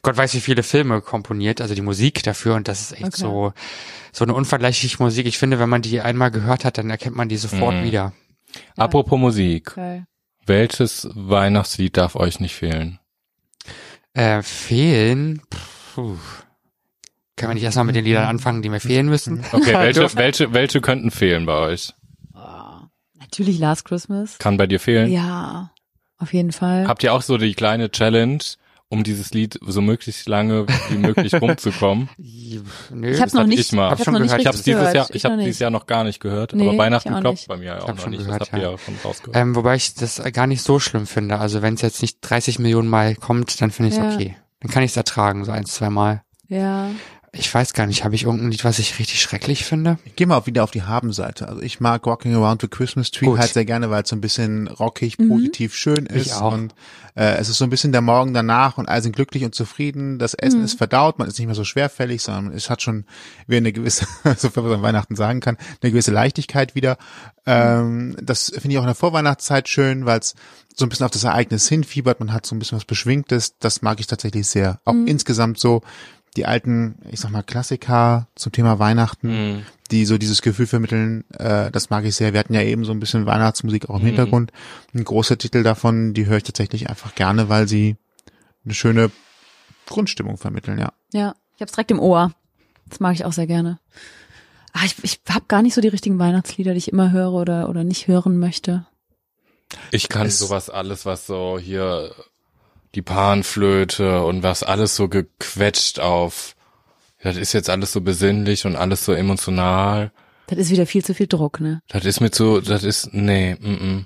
Gott weiß wie viele Filme komponiert, also die Musik dafür und das ist echt Okay. so, so eine unvergleichliche Musik. Ich finde, wenn man die einmal gehört hat, dann erkennt man die sofort Mhm. wieder. Apropos Musik. Geil. Welches Weihnachtslied darf euch nicht fehlen? Äh, fehlen. Puh. Können wir nicht erstmal mit den Mhm. Liedern anfangen, die mir fehlen müssen? Okay, welche, Dürfen- welche, welche könnten fehlen bei euch? Oh, natürlich Last Christmas. Kann bei dir fehlen? Ja, auf jeden Fall. Habt ihr auch so die kleine Challenge, um dieses Lied so möglichst lange wie möglich rumzukommen? Nö, ich habe das noch hatte nicht. ich mal. hab's Hab schon noch nicht gehört. Ich habe richtig dieses gehört. Jahr, ich noch habe nicht. dieses Jahr noch gar nicht gehört, Nee, aber ich Weihnachten auch klopft nicht. bei mir auch hab noch schon nicht. gehört, das habt ja. ihr ja schon rausgehört. ähm, wobei ich das gar nicht so schlimm finde. Also wenn es jetzt nicht 30 Millionen Mal kommt, dann finde ich es Ja. okay. Dann kann ich es ertragen, so ein, zwei Mal. Ja. Ich weiß gar nicht, habe ich irgendein Lied, was ich richtig schrecklich finde? Ich gehe mal wieder auf die Habenseite. Also ich mag Walking Around the Christmas Tree Gut. halt sehr gerne, weil es so ein bisschen rockig, Mhm. positiv, schön ist. auch. Und äh, es ist so ein bisschen der Morgen danach und alle sind glücklich und zufrieden. Das Essen Mhm. ist verdaut, man ist nicht mehr so schwerfällig, sondern es hat schon wie eine gewisse, so viel man an Weihnachten sagen kann, eine gewisse Leichtigkeit wieder. Ähm, das finde ich auch in der Vorweihnachtszeit schön, weil es so ein bisschen auf das Ereignis hinfiebert, man hat so ein bisschen was Beschwingtes, das mag ich tatsächlich sehr. Auch insgesamt so die alten, ich sag mal, Klassiker zum Thema Weihnachten, Mhm. die so dieses Gefühl vermitteln, äh, das mag ich sehr. Wir hatten ja eben so ein bisschen Weihnachtsmusik auch Mhm. im Hintergrund. Ein großer Titel davon, die höre ich tatsächlich einfach gerne, weil sie eine schöne Grundstimmung vermitteln, ja. Ja, ich hab's direkt im Ohr. Das mag ich auch sehr gerne. Ah, ich ich habe gar nicht so die richtigen Weihnachtslieder, die ich immer höre oder, oder nicht hören möchte. Ich kann Es- sowas alles, was so hier die Panflöte und was alles so gequetscht auf. Das ist jetzt alles so besinnlich und alles so emotional. Das ist wieder viel zu viel Druck, ne? Das ist mir zu, das ist, nee, mm, mm.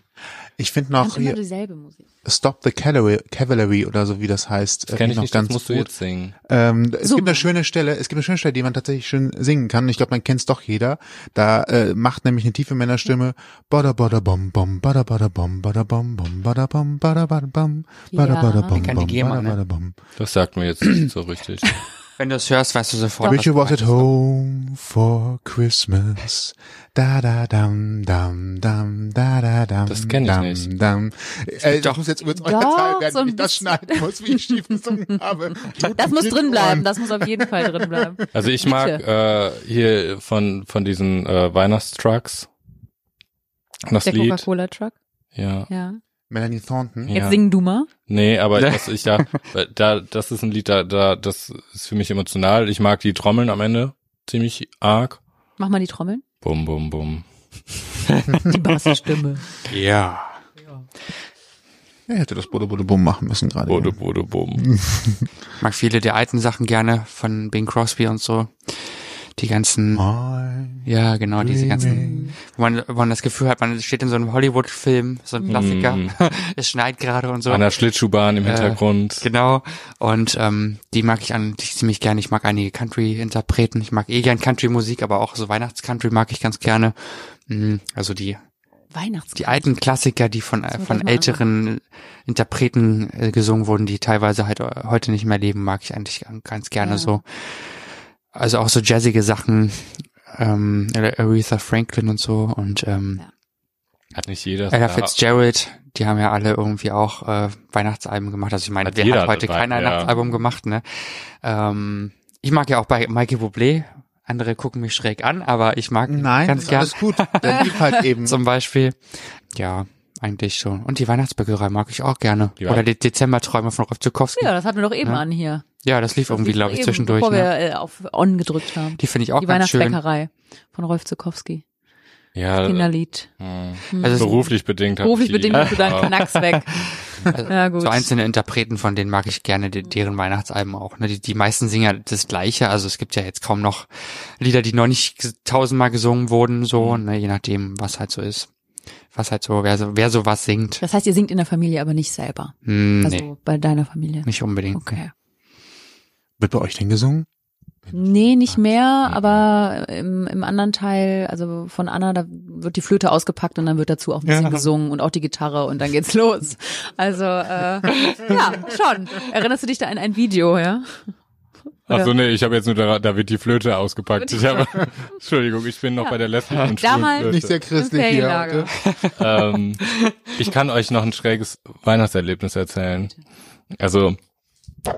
Ich finde noch Und immer hier dieselbe Musik. Stop the Cavalry, Cavalry oder so, wie das heißt. Das äh, kenn finde ich noch nicht, das ganz musst du gut. jetzt singen. Ähm, es So. gibt eine schöne Stelle, es gibt eine schöne Stelle, die man tatsächlich schön singen kann. Ich glaube, man kennt es doch jeder. Da äh, macht nämlich eine tiefe Männerstimme bada bada bom bom bada bada bom bada bom bom bada bom bada bada bom bada Ja. bada Die bom kann die bom GEMA, bada ne? bada bom. Das sagt mir jetzt nicht so richtig. Wenn du es hörst, weißt du sofort. was Richard was gemeint at ist. home for Christmas. Da da dam dam dam da da dam. Das kenn ich dam, nicht. Dam. Äh, doch- doch muss jetzt übrigens euer Doch, Teil werden, so ein wie ich das bisschen. schneiden muss, wie ich schief gesungen habe. Das muss drin bleiben, Das das muss auf jeden Fall drin bleiben. Also ich mag äh, hier von von diesen äh, Weihnachtstrucks das Der Lied. Coca-Cola-Truck, Ja. ja. Melanie Thornton. Ja. Jetzt sing du mal. Nee, aber das, ich da, da, das ist ein Lied, da, da, das ist für mich emotional. Ich mag die Trommeln am Ende ziemlich arg. Mach mal die Trommeln. Bum, bum, bum. Die Bassstimme. Ja. Er hätte das Bode Bode Bum machen müssen gerade. Bode, ja. bode, bum. Ich mag viele der alten Sachen gerne von Bing Crosby und so. die ganzen, Ein ja genau, diese ganzen, Dreaming. wo man, wo man das Gefühl hat, man steht in so einem Hollywood-Film, so ein Klassiker, Mhm. es schneit gerade und so. An der Schlittschuhbahn im Hintergrund. Genau. Und ähm, die mag ich an die ziemlich gerne. Ich mag einige Country-Interpreten. Ich mag eh gern Country-Musik, aber auch so Weihnachts-Country mag ich ganz gerne. Mm, Also die Weihnachts. die alten Klassiker, die von äh, So, das von war älteren Interpreten äh, gesungen wurden, die teilweise halt äh, heute nicht mehr leben, mag ich eigentlich gan- ganz gerne Ja. so. Also auch so jazzige Sachen, ähm, Aretha Franklin und so und ähm, Hat nicht jeder. Ja. Ella Fitzgerald, die haben ja alle irgendwie auch äh, Weihnachtsalben gemacht. Also ich meine, Hat wer jeder hat heute dabei, kein ja. Weihnachtsalbum gemacht, ne? Ähm, ich mag ja auch bei Michael Bublé, andere gucken mich schräg an, aber ich mag ihn Nein, ganz ist gern alles gut. Der lief halt eben. zum Beispiel. Ja, eigentlich schon. Und die Weihnachtsbäckerei mag ich auch gerne. Ja. Oder die Dezemberträume von Rolf Zukowski. Ja, Ja, das hatten wir doch eben Ja. an hier. das lief Das irgendwie, lief glaube ich, eben, zwischendurch. Bevor wir Ne? äh, auf On gedrückt haben. Die finde ich auch die ganz schön. Weihnachtsbäckerei von Rolf Zukowski. Ja, Kinderlied. mh. Also es- beruflich bedingt. hab Beruflich ich Äh, die- bedingt bist du dann Ja. Knacks weg. Ja, gut. so einzelne Interpreten von denen mag ich gerne, die, deren Weihnachtsalben auch. Ne? Die, die meisten singen ja das Gleiche. Also es gibt ja jetzt kaum noch Lieder, die noch nicht ges- tausendmal gesungen wurden, so, Mhm. ne? je nachdem, was halt so ist. Was halt so, wer so, wer so was singt. Das heißt, ihr singt in der Familie, aber nicht selber. Hm, Also nee, bei deiner Familie. nicht unbedingt. Okay. Wird bei euch denn gesungen? Nee, nicht mehr, aber im, im anderen Teil, also von Anna, da wird die Flöte ausgepackt und dann wird dazu auch ein bisschen Ja. gesungen und auch die Gitarre und dann geht's los. Also, äh, ja, schon. Erinnerst du dich da an ein Video, ja? Ach so, nee, ich habe jetzt nur, da, da wird die Flöte ausgepackt. Ich habe, Entschuldigung, ich bin noch Ja. bei der letzten Damals- Nicht sehr christlich Im hier Ferienlager. heute. ähm, ich kann euch noch ein schräges Weihnachtserlebnis erzählen. Also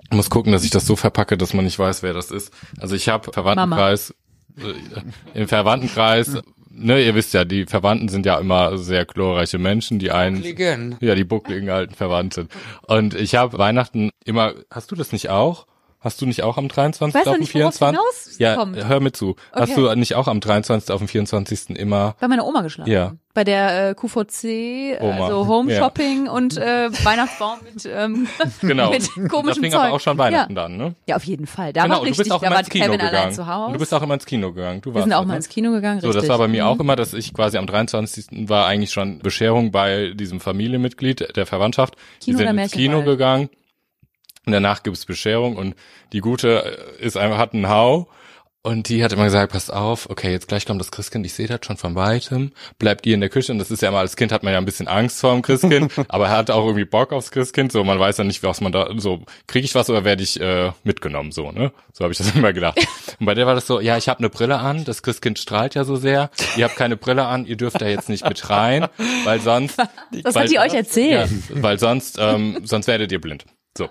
ich muss gucken, dass ich das so verpacke, dass man nicht weiß, wer das ist. Also ich habe Verwandtenkreis, äh, im Verwandtenkreis, ne, ihr wisst ja, die Verwandten sind ja immer sehr glorreiche Menschen, die einen Liegen. ja, die buckligen alten Verwandten. Und ich habe Weihnachten immer, hast du das nicht auch? Hast du nicht auch am 23. Ich weiß auf noch dem nicht, worauf es 24. ja, hinauskommt. hör mir zu. Hast Okay. du nicht auch am 23. auf dem 24. immer Bei meiner Oma geschlafen. Ja. Bei der äh, QVC, Oma. also Home Ja. Shopping und äh, Weihnachtsbaum mit, ähm, genau mit Das komischem ging Zeug. aber auch schon Weihnachten dann, ne? Ja. ja, auf jeden Fall. Da genau, war und richtig, du bist auch da immer war ins Kino Kevin gegangen. allein zu Hause. Und du bist auch immer ins Kino gegangen. Du Wir warst sind auch das, mal ne? ins Kino gegangen, So, richtig. das war bei mir Mhm. auch immer, dass ich quasi am 23. war eigentlich schon Bescherung bei diesem Familienmitglied der Verwandtschaft. Kino Die sind oder ins Kino Märchenwald? gegangen und danach gibt's Bescherung und die Gute äh, ist einfach, hat einen Hau und die hat immer gesagt, passt auf, okay, jetzt gleich kommt das Christkind, ich sehe das schon von Weitem, bleibt ihr in der Küche und das ist ja immer, als Kind hat man ja ein bisschen Angst vor dem Christkind, aber hat auch irgendwie Bock aufs Christkind, so man weiß ja nicht, was man da, so kriege ich was oder werde ich äh, mitgenommen, so, ne? So habe ich das immer gedacht. Und bei der war das so, ja, ich habe eine Brille an, das Christkind strahlt ja so sehr, ihr habt keine Brille an, ihr dürft da jetzt nicht mit rein, weil sonst... Das weil, hat die euch erzählt. Ja, weil sonst, ähm, sonst werdet ihr blind. So.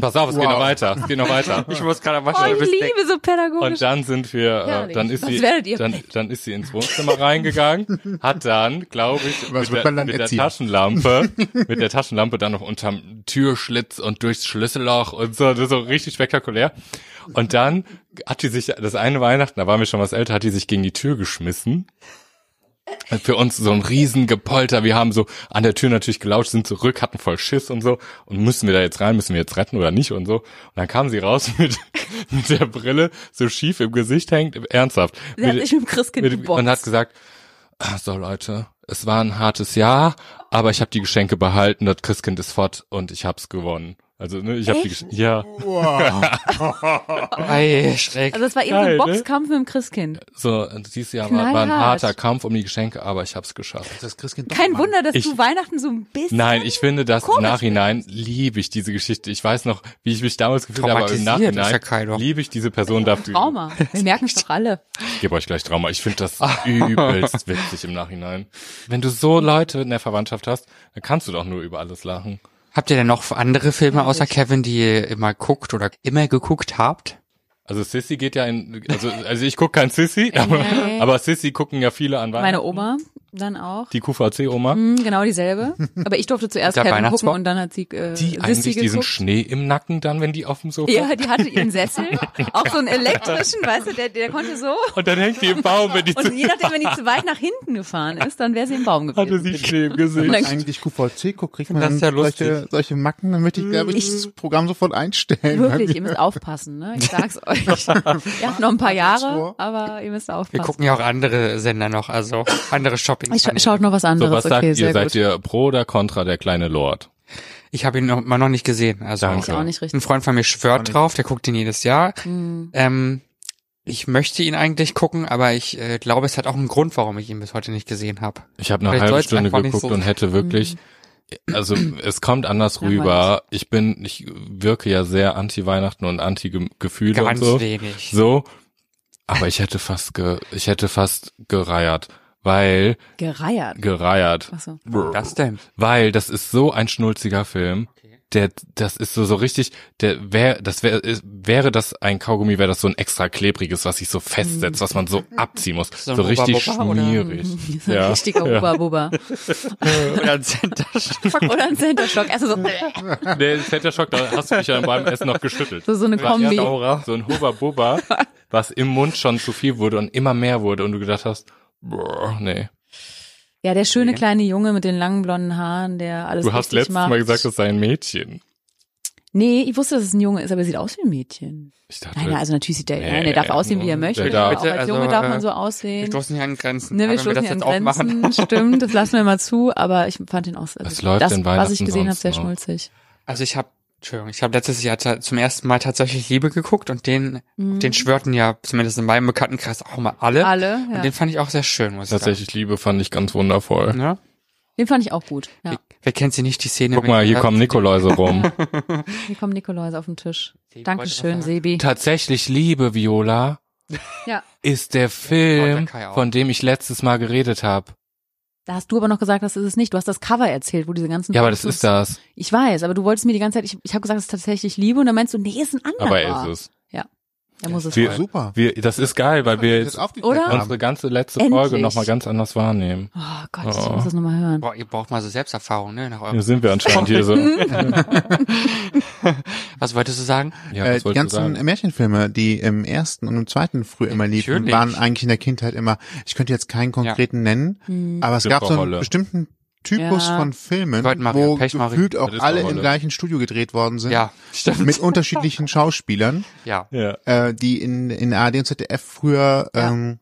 Pass auf, es geht Wow. noch weiter, es geht noch weiter. Ich muss gerade mal Oh, ich liebe so Und pädagogisch. dann sind wir, äh, Herrlich. dann ist Was sie, werdet ihr? dann, dann ist sie ins Wohnzimmer reingegangen, hat dann, glaube ich, Was wird mit, der, man dann mit der erziehen? Taschenlampe, mit der Taschenlampe dann noch unterm Türschlitz und durchs Schlüsselloch und so, das ist so richtig spektakulär. Und dann hat die sich, das eine Weihnachten, da waren wir schon was älter, hat die sich gegen die Tür geschmissen für uns so ein Riesengepolter. Wir haben so an der Tür natürlich gelauscht, sind zurück, hatten voll Schiss und so. Und müssen wir da jetzt rein, müssen wir jetzt retten oder nicht und so. Und dann kam sie raus mit, mit der Brille, so schief im Gesicht hängt, ernsthaft. Sie hat Mit- sich mit dem Christkind mit, und hat geboxt. gesagt, "Ah, so Leute, es war ein hartes Jahr, aber ich habe die Geschenke behalten, das Christkind ist fort und ich hab's gewonnen. Also, ne, ich habe die Geschenke. Ja, Ei, schräg. Also es war eben so ein Geil, ne? Boxkampf mit dem Christkind. so dieses Jahr war, war ein Knallhart. harter Kampf um die Geschenke, aber ich hab's geschafft. Das Christkind doch Kein mal. Wunder, dass Ich- du Weihnachten so ein bisschen. Nein, ich finde das im komisch ne? Nachhinein liebe ich diese Geschichte. Ich weiß noch, wie ich mich damals gefühlt habe, aber im Traumatisiert ist Nachhinein der Kai doch. liebe ich diese Person dafür. Trauma. Wir merken es doch alle. Ich gebe euch gleich Trauma. Ich finde das übelst witzig im Nachhinein. Wenn du so Leute in der Verwandtschaft hast, dann kannst du doch nur über alles lachen. Habt ihr denn noch andere Filme außer Kevin, die ihr immer guckt oder immer geguckt habt? Also Sissy geht ja in, also, also ich gucke kein Sissy, aber, aber Sissy gucken ja viele an Weihnachten. Meine Oma dann auch. Die QVC-Oma, Mhm, genau dieselbe. Aber ich durfte zuerst Der Kevin gucken Weihnachtsbaum? und dann hat sie äh, die Sissy eigentlich diesen geguckt. Schnee im Nacken dann, wenn die auf dem Sofa. Ja, die hatte ihren Sessel, auch so einen elektrischen, weißt du, der, der konnte so. Und dann hängt die im Baum, wenn die Und je zu, nachdem, wenn die zu weit nach hinten gefahren ist, dann wäre sie im Baum hatte gewesen. sie Schnee im Gesicht. Wenn man Nein. eigentlich QVC guckt, kriegt Das man ist ja lustig. solche, solche Macken, dann würde ich, glaube ich, das Programm sofort einstellen. Wirklich, ihr müsst aufpassen, ne? Ich sag's euch. Ihr habt noch ein paar Jahre, vor. aber ihr müsst Wir aufpassen. gucken ja auch andere Sender noch, also andere shopping Ich scha schaut noch was So, anderes. was sagt okay, ihr? sehr Seid gut. ihr pro oder contra der kleine Lord? Ich habe ihn noch, mal noch nicht gesehen. Also Danke. Ist auch nicht richtig. ein Freund von mir schwört drauf, der guckt ihn jedes Jahr. Hm. Ähm, ich möchte ihn eigentlich gucken, aber ich äh, glaube, es hat auch einen Grund, warum ich ihn bis heute nicht gesehen habe. Ich habe eine Vielleicht halbe soll's Stunde einfach nicht geguckt so Mhm. und hätte wirklich, also es kommt anders Ja, rüber. Ich bin, ich wirke ja sehr anti-Weihnachten und anti-Gefühle und Ganz so. wenig. So, aber ich hätte fast ge, ich hätte fast gereiert, weil Gereiert. gereiert, Ach so. Das denn? weil das ist so ein schnulziger Film. Der, das ist so so richtig. Der wär, das wär, ist- wäre das ein Kaugummi, wäre das so ein extra klebriges, was sich so festsetzt, was man so abziehen muss, so, ein richtig Rubberbubber oder? schmierig. Ja. Ja. Richtiger Ja. Oberbuber. Oder ein Center. Oder ein Centerstock. Also so, Nee, fetter Schock, da hast du mich ja beim Essen noch geschüttelt. so, so eine War Kombi. erst auch So ein Huba-Buba, was im Mund schon zu viel wurde und immer mehr wurde und du gedacht hast, boah, nee. Ja, der schöne Nee. kleine Junge mit den langen blonden Haaren, der alles Du hast richtig letztes macht. Mal gesagt, es sei ein Mädchen. nee, ich wusste, dass es ein Junge ist, aber er sieht aus wie ein Mädchen. Ich dachte, Nein, nein, also natürlich sieht der, Nee. nein, der darf aussehen, wie er möchte. Der darf- aber auch als Bitte, Junge also, darf man äh, so Wir aussehen. stoßen hier an Grenzen. Ne, Aber wir wenn wir stoßen das hier an jetzt aufmachen. Grenzen, stimmt, das lassen wir mal zu, aber ich fand ihn auch, also Was läuft das, denn was ich Weihnachten gesehen habe, sonst sehr noch? schmulzig. Also ich habe, Entschuldigung, ich habe letztes Jahr ta- zum ersten Mal tatsächlich Liebe geguckt und den, auf den schwörten ja zumindest in meinem Bekanntenkreis auch mal alle. Mhm. Alle, Und ja. den Den, fand ich auch sehr schön, muss tatsächlich Liebe fand ich ganz wundervoll. ich sagen. Ne? fand ich auch gut, ja. Wer, wer kennt sie nicht, die Szene? Guck wenn- mal, hier kommen Nikoläuse rum. Hier kommen Nikoläuse auf den Tisch. Sebi wollte Dankeschön, was sagen. Sebi. Tatsächlich Liebe, Viola, Ja. ist der Ja, Film, der Kai auch. von dem ich letztes Mal geredet habe. Da hast du aber noch gesagt, das ist es nicht. Du hast das Cover erzählt, wo diese ganzen Ja, aber das ist das. Ich weiß, aber du wolltest mir die ganze Zeit, ich, ich habe gesagt, es ist tatsächlich Liebe und dann meinst du, nee, ist ein anderer. Aber er ist es. Er muss es Wir- sein. Super. Wir, das ist geil, weil wir Das jetzt aufgeklärt Oder? haben. unsere ganze letzte Endlich. Folge nochmal ganz anders wahrnehmen. Oh Gott, ich Oh. muss das nochmal hören. Boah, ihr braucht mal so Selbsterfahrung, ne? Nach eurem Hier sind wir anscheinend hier so. Was wolltest du sagen? Ja, äh, was die wolltest du ganzen sagen? Märchenfilme, die im ersten und im zweiten früh immer liefen, Natürlich. waren eigentlich in der Kindheit immer, ich könnte jetzt keinen konkreten nennen, aber es gab so einen Schlüpferrolle. bestimmten Typus Ja. von Filmen, Gold Maria, wo Pech Maria. gefühlt auch Das ist alle Rolle. im gleichen Studio gedreht worden sind. Ja, stimmt. Mit unterschiedlichen Schauspielern, ja. Ja. äh, die in, in ARD und ZDF früher Ja. ähm,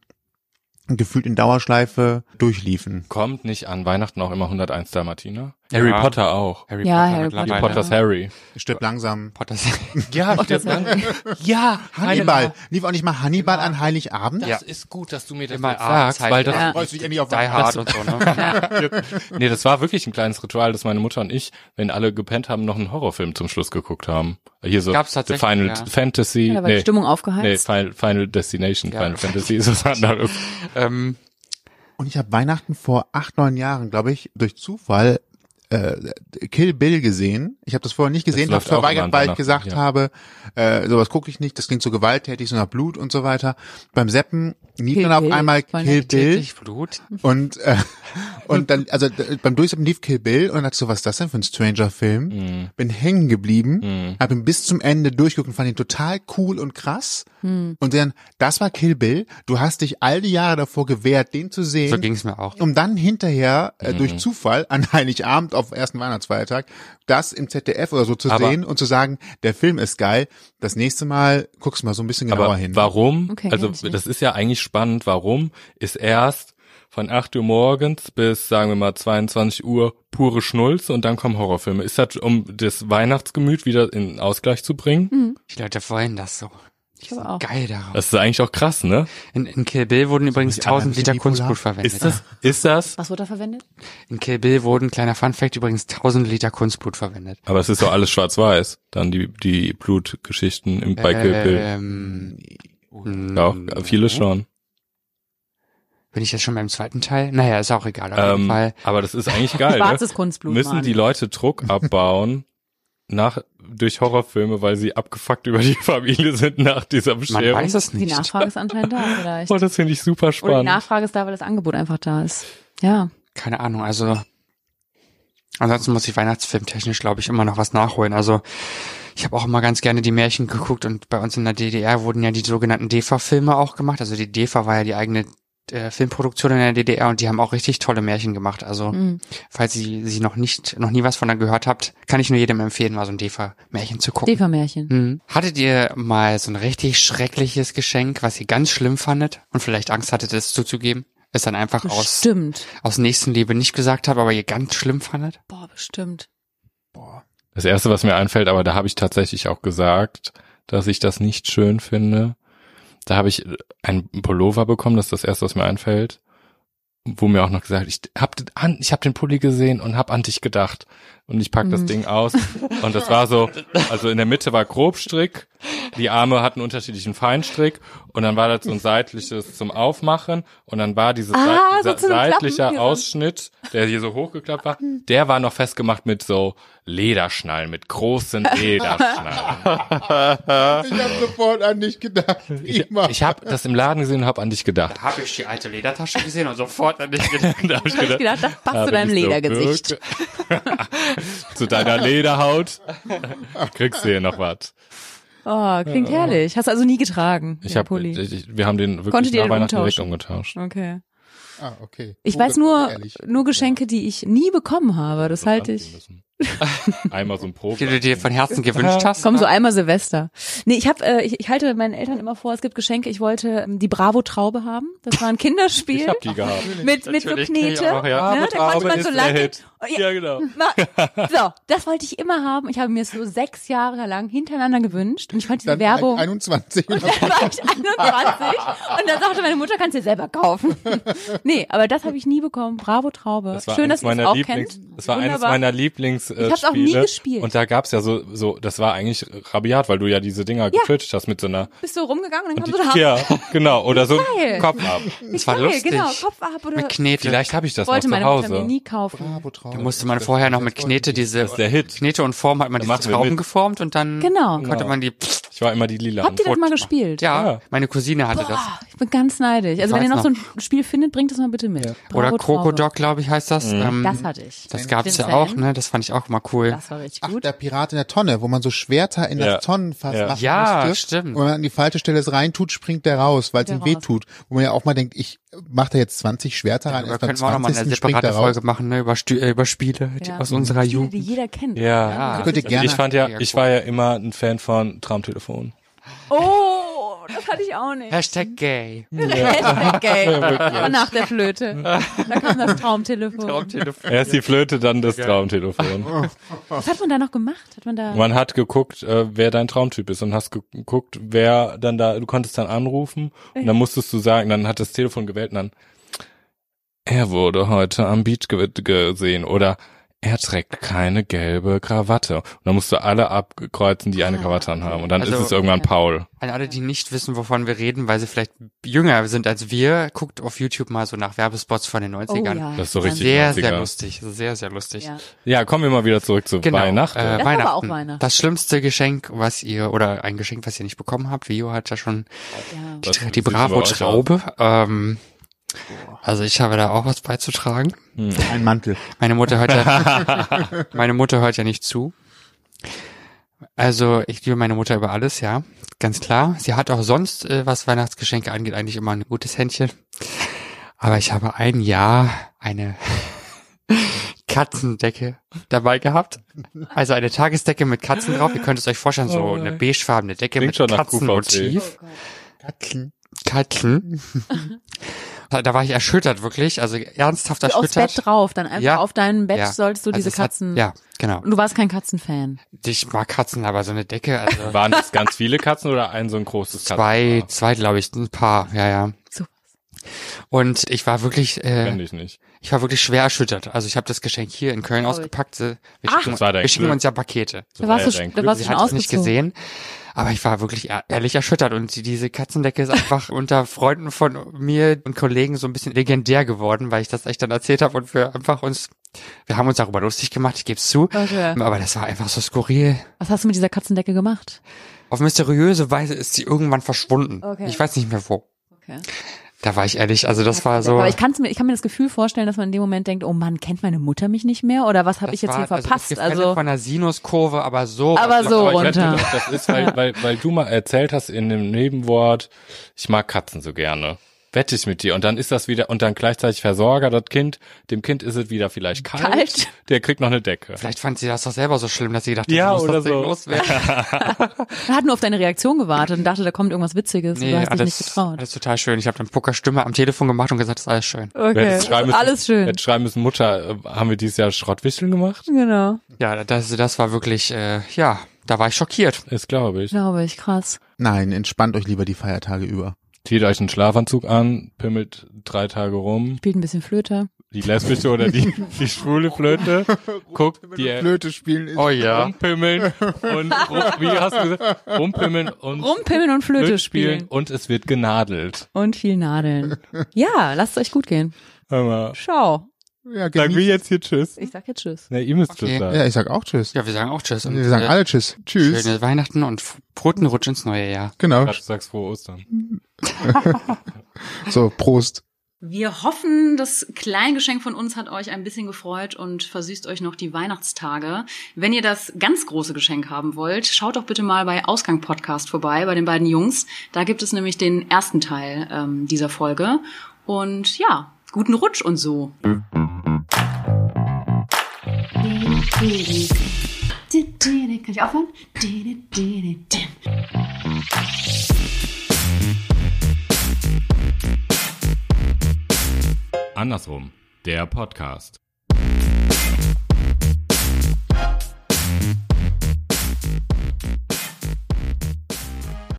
gefühlt in Dauerschleife durchliefen. Kommt nicht an Weihnachten auch immer 101 Dalmatiner? Harry Ja. Potter auch. Harry Ja, Harry Potter. Harry mittlerweile. Potter's Harry. Stirbt langsam. Potter. Ja, ja, Hannibal. Lief auch nicht mal Hannibal Genau. an Heiligabend? Ja. ist gut, dass du mir Immer jetzt sagst, Abzeichen. weil das, Ja. Freust du dich endlich auf Die Hard und so, ne? nee, das war wirklich ein kleines Ritual, dass meine Mutter und ich, wenn alle gepennt haben, noch einen Horrorfilm zum Schluss geguckt haben. Hier so Gab's The tatsächlich, Final ja. Fantasy, Ja, da war die nee, Stimmung nee, aufgeheizt. Final, Final Destination, Ja. Final Fantasy ist was anderes. ähm, Und ich habe Weihnachten vor acht, neun Jahren, glaube ich, durch Zufall äh, Kill Bill gesehen. Ich habe das vorher nicht gesehen, habe läuft auch immer verweigert, an weil ich Weihnachten, gesagt ja. habe, äh, sowas gucke ich nicht, das klingt so gewalttätig, so nach Blut und so weiter. Beim Seppen lief Kill dann auf Bill, einmal voll Kill Bill täglich Blut. und äh, und dann, also d- beim Durchseppen lief Kill Bill und dachte so, was ist das denn für ein Stranger-Film? Mhm. Bin hängen geblieben, hab habe ihn bis zum Ende durchgeguckt und fand ihn total cool und krass. Mhm. Und dann, das war Kill Bill, du hast dich all die Jahre davor gewehrt, den zu sehen Hm. So ging's mir auch. um dann hinterher äh, Mhm. durch Zufall an Heiligabend auf ersten Weihnachtsfeiertag das im ZDF oder so zu Aber- sehen und zu sagen, der Film ist geil, das nächste Mal guckst du mal so ein bisschen genauer Aber hin. warum? Okay, also kenn ich nicht. das ist ja eigentlich spannend. Warum ist erst von 8 Uhr morgens bis, sagen wir mal, 22 Uhr pure Schnulz und dann kommen Horrorfilme. Ist das, um das Weihnachtsgemüt wieder in Ausgleich zu bringen? Die Leute wollen das so. Die glaub sind auch. geil darauf. Das ist eigentlich auch krass, ne? In, in Kill Bill wurden übrigens die anderen 1000 Liter bipolar? Kunstblut verwendet. Ist das, ist das, Was wurde da verwendet? In Kill Bill wurden, kleiner Funfact, übrigens 1000 Liter Kunstblut verwendet. aber es ist doch alles schwarz-weiß. Dann die, die Blutgeschichten im, bei Kill Bill. Ähm, Auch, viele Mhm. schon. Bin ich jetzt schon beim zweiten Teil? Naja, ist auch egal. Auf jeden Ähm, Fall. aber das ist eigentlich geil. ne? Schwarzes Kunstblut. Müssen Mann. die Leute Druck abbauen nach, durch Horrorfilme, weil sie abgefuckt über die Familie sind nach dieser Man Bescherung? weiß es die nicht. Nachfrage ist anscheinend da vielleicht. Oh, das finde ich super Oder die spannend. Nachfrage ist da, weil das Angebot einfach da ist. Ja. keine Ahnung, also ansonsten muss ich weihnachtsfilmtechnisch, glaube ich, immer noch was nachholen. Also ich habe auch immer ganz gerne die Märchen geguckt und bei uns in der DDR wurden ja die sogenannten DEFA-Filme auch gemacht. Also die DEFA war ja die eigene äh, Filmproduktion in der DDR und die haben auch richtig tolle Märchen gemacht. Also Mhm. falls ihr sie noch nicht, noch nie was von da gehört habt, kann ich nur jedem empfehlen, mal so ein DEFA-Märchen zu E gucken. Defa-Märchen. Hm. Hattet ihr mal so ein richtig schreckliches Geschenk, was ihr ganz schlimm fandet und vielleicht Angst hattet, es zuzugeben? Ist dann einfach aus Bestimmt. aus Nächstenliebe nicht gesagt habe, aber ihr ganz schlimm fandet? Boah, bestimmt. Das erste, was mir einfällt, aber da habe ich tatsächlich auch gesagt, dass ich das nicht schön finde. Da habe ich äh, einen Pullover bekommen, das ist das erste, was mir einfällt. Wo mir auch noch gesagt, ich hab den, an, ich hab den Pulli gesehen und hab an dich gedacht. Und ich pack das Mhm. Ding aus. Und das war so, also in der Mitte war Grobstrick, die Arme hatten unterschiedlichen Feinstrick und dann war das so ein seitliches zum Aufmachen und dann war dieses Ah, seit- so dieser zu einem Klappen seitlicher hier so. Ausschnitt, der hier so hochgeklappt war, der war noch festgemacht mit so Lederschnallen, mit großen Lederschnallen. Ich habe sofort an dich gedacht. Immer. Ich habe das im Laden gesehen und habe an dich gedacht. Da habe ich die alte Ledertasche gesehen und sofort an dich gedacht. Da hab ich Ich gedacht, gedacht, das passt da zu bin deinem ich so, Ledergesicht. "Birk." zu deiner Lederhaut. Kriegst du hier noch was. Oh, klingt herrlich. Hast du also nie getragen, Ich den hab, Pulli. ich, ich, wir haben den wirklich Konntet ihr nach den Weihnachten direkt umgetauscht. okay. ah, okay. Ich Oh, weiß das nur, ist ehrlich. nur Geschenke, die ich nie bekommen habe. Das halte ich. Anziehen müssen. Einmal so ein Probe. Die du dir von Herzen gewünscht hast. Komm, so einmal Silvester. Nee, ich, hab, äh, ich, ich halte meinen Eltern immer vor, es gibt Geschenke. Ich wollte ähm, die Bravo-Traube haben. Das war ein Ich Kinderspiel hab die gehabt. mit, mit so Natürlich kenn ich Knete. auch, ja. Ne, da konnte Traube man Ah, ist so der lang. Hit. Oh, ja. Ja, genau. Ma- So, das wollte ich immer haben. Ich habe mir es so sechs Jahre lang hintereinander gewünscht und ich fand diese Dann Werbung. 21. Und dann war ich 21 und dann sagte meine Mutter, kannst du dir selber kaufen. Nee, aber das habe ich nie bekommen. Bravo Traube. Das war Schön, eines dass ihr es meiner auch Lieblings, kennt. Das war eines Wunderbar. meiner Lieblings. Äh, Ich hab's auch nie Spiele. gespielt. Und da gab's ja so, so, das war eigentlich rabiat, weil du ja diese Dinger getötet hast mit so einer. Bist du rumgegangen und dann Und kam so eine die, ja, genau. Oder so Geil. Kopf ab. Das war lustig. genau, Kopf ab oder Mit Knete. Vielleicht habe ich das noch wollte zu meine Mutter mir Hause. nie kaufen. Da musste man vorher noch mit Knete diese ist der Hit. Knete und Form hat man diese machen wir Trauben mit. geformt und dann Genau. konnte man die. Ich war immer die lila. Habt ihr das mal Rot- gespielt? Ja, Ja. meine Cousine hatte das. Boah, ich bin ganz neidisch. Also wenn Weiß ihr noch so noch. ein Spiel findet, bringt das mal bitte mit. Bravo Oder Traube. Krokodok, glaube ich, heißt das. Ähm, Das hatte ich. das gab's Den ja auch, Fan. ne? Das fand ich auch immer cool. Das war richtig Ach, gut. der Pirat in der Tonne, wo man so Schwerter in Ja. das Tonnenfass Ja. machen Ja, musste. stimmt. Und wenn man an die falsche Stelle es reintut, springt der raus, weil es Der ihm weh raus. tut. Wo man ja auch mal denkt, ich mache da jetzt 20 Schwerter rein, Da erst beim könnten wir auch nochmal 20. eine springt separate er raus. Folge machen, ne? Über, Stü äh, über Spiele die Ja. aus unserer Spiele, Jugend. die jeder kennt. Ja. Ja. Könnt ihr gerne. Also Ich fand ja, Ja, ich cool. war ja immer ein Fan von Traumtelefon. Oh, das hatte ich auch nicht. Hashtag gay. Hashtag gay. Aber nach der Flöte. Da kam das Traumtelefon. Erst die Flöte, dann das Traumtelefon. Was hat man da noch gemacht? Hat man da Man hat geguckt, äh, wer dein Traumtyp ist und hast geguckt, wer dann da, du konntest dann anrufen und dann musstest du sagen, dann hat das Telefon gewählt und dann, er wurde heute am Beach ge gesehen oder er trägt keine gelbe Krawatte. Und dann musst du alle abkreuzen, die eine Krawatte anhaben und dann Also- ist es irgendwann Paul. An alle, die nicht wissen, wovon wir reden, weil sie vielleicht jünger sind als wir, guckt auf YouTube mal so nach Werbespots von Oh den 90ern. Das ist so richtig Sehr, 90er. sehr lustig. Sehr, sehr lustig. Ja. Ja, kommen wir mal wieder zurück zu Genau. Weihnachten. Äh, Das war Weihnachten. aber auch Weihnachten. Das schlimmste Geschenk, was ihr, oder ein Geschenk, was ihr nicht bekommen habt. Vio hat ja schon Ja. Das die, die sieht aber aus, ja. Bravo-Traube. Ähm, also ich habe da auch was beizutragen. Ein Mantel. Meine Mutter hört ja, meine Mutter hört ja nicht zu. Also ich liebe meine Mutter über alles, ja, ganz klar. Sie hat auch sonst, äh, was Weihnachtsgeschenke angeht, eigentlich immer ein gutes Händchen. Aber ich habe ein Jahr eine Katzendecke dabei gehabt. Also eine Tagesdecke mit Katzen drauf. Ihr könnt es euch vorstellen, so Oh, eine ey. beigefarbene Decke Klingt mit schon nach Katzenmotiv. Katzen. Katzen. da war ich erschüttert, wirklich. Also ernsthaft Aufs erschüttert. Bett drauf, dann einfach Ja. auf deinem Bett Ja. solltest du Also diese es hat- Katzen. Ja, genau. Und du warst kein Katzenfan. Ich mag Katzen, aber so eine Decke, also Waren das ganz viele Katzen oder ein so ein großes Katzen? zwei, zwei glaube ich, ein paar, ja, ja. So. Und ich war wirklich, Kenn äh, ich nicht. ich war wirklich schwer erschüttert. Also ich habe das Geschenk hier in Köln ausgepackt. äh, Wir Ach. schicken, Das war dein wir schicken Glück. uns ja Pakete. Da warst du, da warst du Sie schon hat es nicht ausgezogen. gesehen, aber ich war wirklich ehr- ehrlich erschüttert und die- diese Katzendecke ist einfach unter Freunden von mir und Kollegen so ein bisschen legendär geworden, weil ich das echt dann erzählt habe und wir einfach uns, wir haben uns darüber lustig gemacht, ich gebe es zu, Okay. aber das war einfach so skurril. Was hast du mit dieser Katzendecke gemacht? Auf mysteriöse Weise ist sie irgendwann verschwunden. Okay. Ich weiß nicht mehr wo. Okay. Da war ich ehrlich, also das war so. Aber ich, kann's mir, ich kann mir das Gefühl vorstellen, dass man in dem Moment denkt, oh Mann, kennt meine Mutter mich nicht mehr? Oder was habe das ich jetzt war- hier verpasst? Also, das Gefälle Also, von einer Sinuskurve, aber so. aber so Aber ich wette, runter. dass das ist, weil, weil, weil du mal erzählt hast in dem Nebenwort, ich mag Katzen so gerne. Wette ich mit dir. Und dann ist das wieder, und dann gleichzeitig Versorger, das Kind, dem Kind ist es wieder vielleicht kalt. Kalt. Der kriegt noch eine Decke. Vielleicht fand sie das doch selber so schlimm, dass sie gedacht hat, Ja, du musst oder das Ding so. loswerden. Er hat nur auf deine Reaktion gewartet und dachte, da kommt irgendwas Witziges. und du hast dich alles, nicht getraut. alles total schön. Ich habe dann Pokerstimme am Telefon gemacht und gesagt, das ist alles schön. Wir Okay, hätten schreiben müssen- alles schön. Jetzt schreiben müssen, Mutter, äh, haben wir dieses Jahr Schrottwichteln gemacht? Genau, Ja, das, das war wirklich, äh, ja, da war ich schockiert. Ist, glaube ich. glaube ich, krass. Nein, entspannt euch lieber die Feiertage über. Zieht euch einen Schlafanzug an, pimmelt drei Tage rum, Spielt ein bisschen Flöte. die lesbische oder die, die schwule Flöte, guckt die Flöte spielen ist Oh ja. rumpimmeln und rum- wie hast du gesagt, rumpimmeln und Rumpimmeln und Flöte Flöte spielen. und es wird genadelt. Und viel Nadeln. Ja, lasst euch gut gehen. Hör mal. Ciao. Ja, Sag mir genießt- jetzt hier Tschüss. Ich sag jetzt Tschüss. Ne, ihr müsst Okay. Tschüss sagen. ja, ich sag auch Tschüss. Ja, wir sagen auch Tschüss. und, Wir sagen äh, alle Tschüss. Tschüss. Schöne Weihnachten und f- roten Rutsch ins neue Jahr. Genau. Du sagst frohe Ostern. So, Prost. Wir hoffen, das Kleingeschenk von uns hat euch ein bisschen gefreut und versüßt euch noch die Weihnachtstage. Wenn ihr das ganz große Geschenk haben wollt, schaut doch bitte mal bei Ausgang Podcast vorbei, bei den beiden Jungs. Da gibt es nämlich den ersten Teil ähm, dieser Folge. Und ja, guten Rutsch und so. Kann ich aufhören? Andersrum, der Podcast.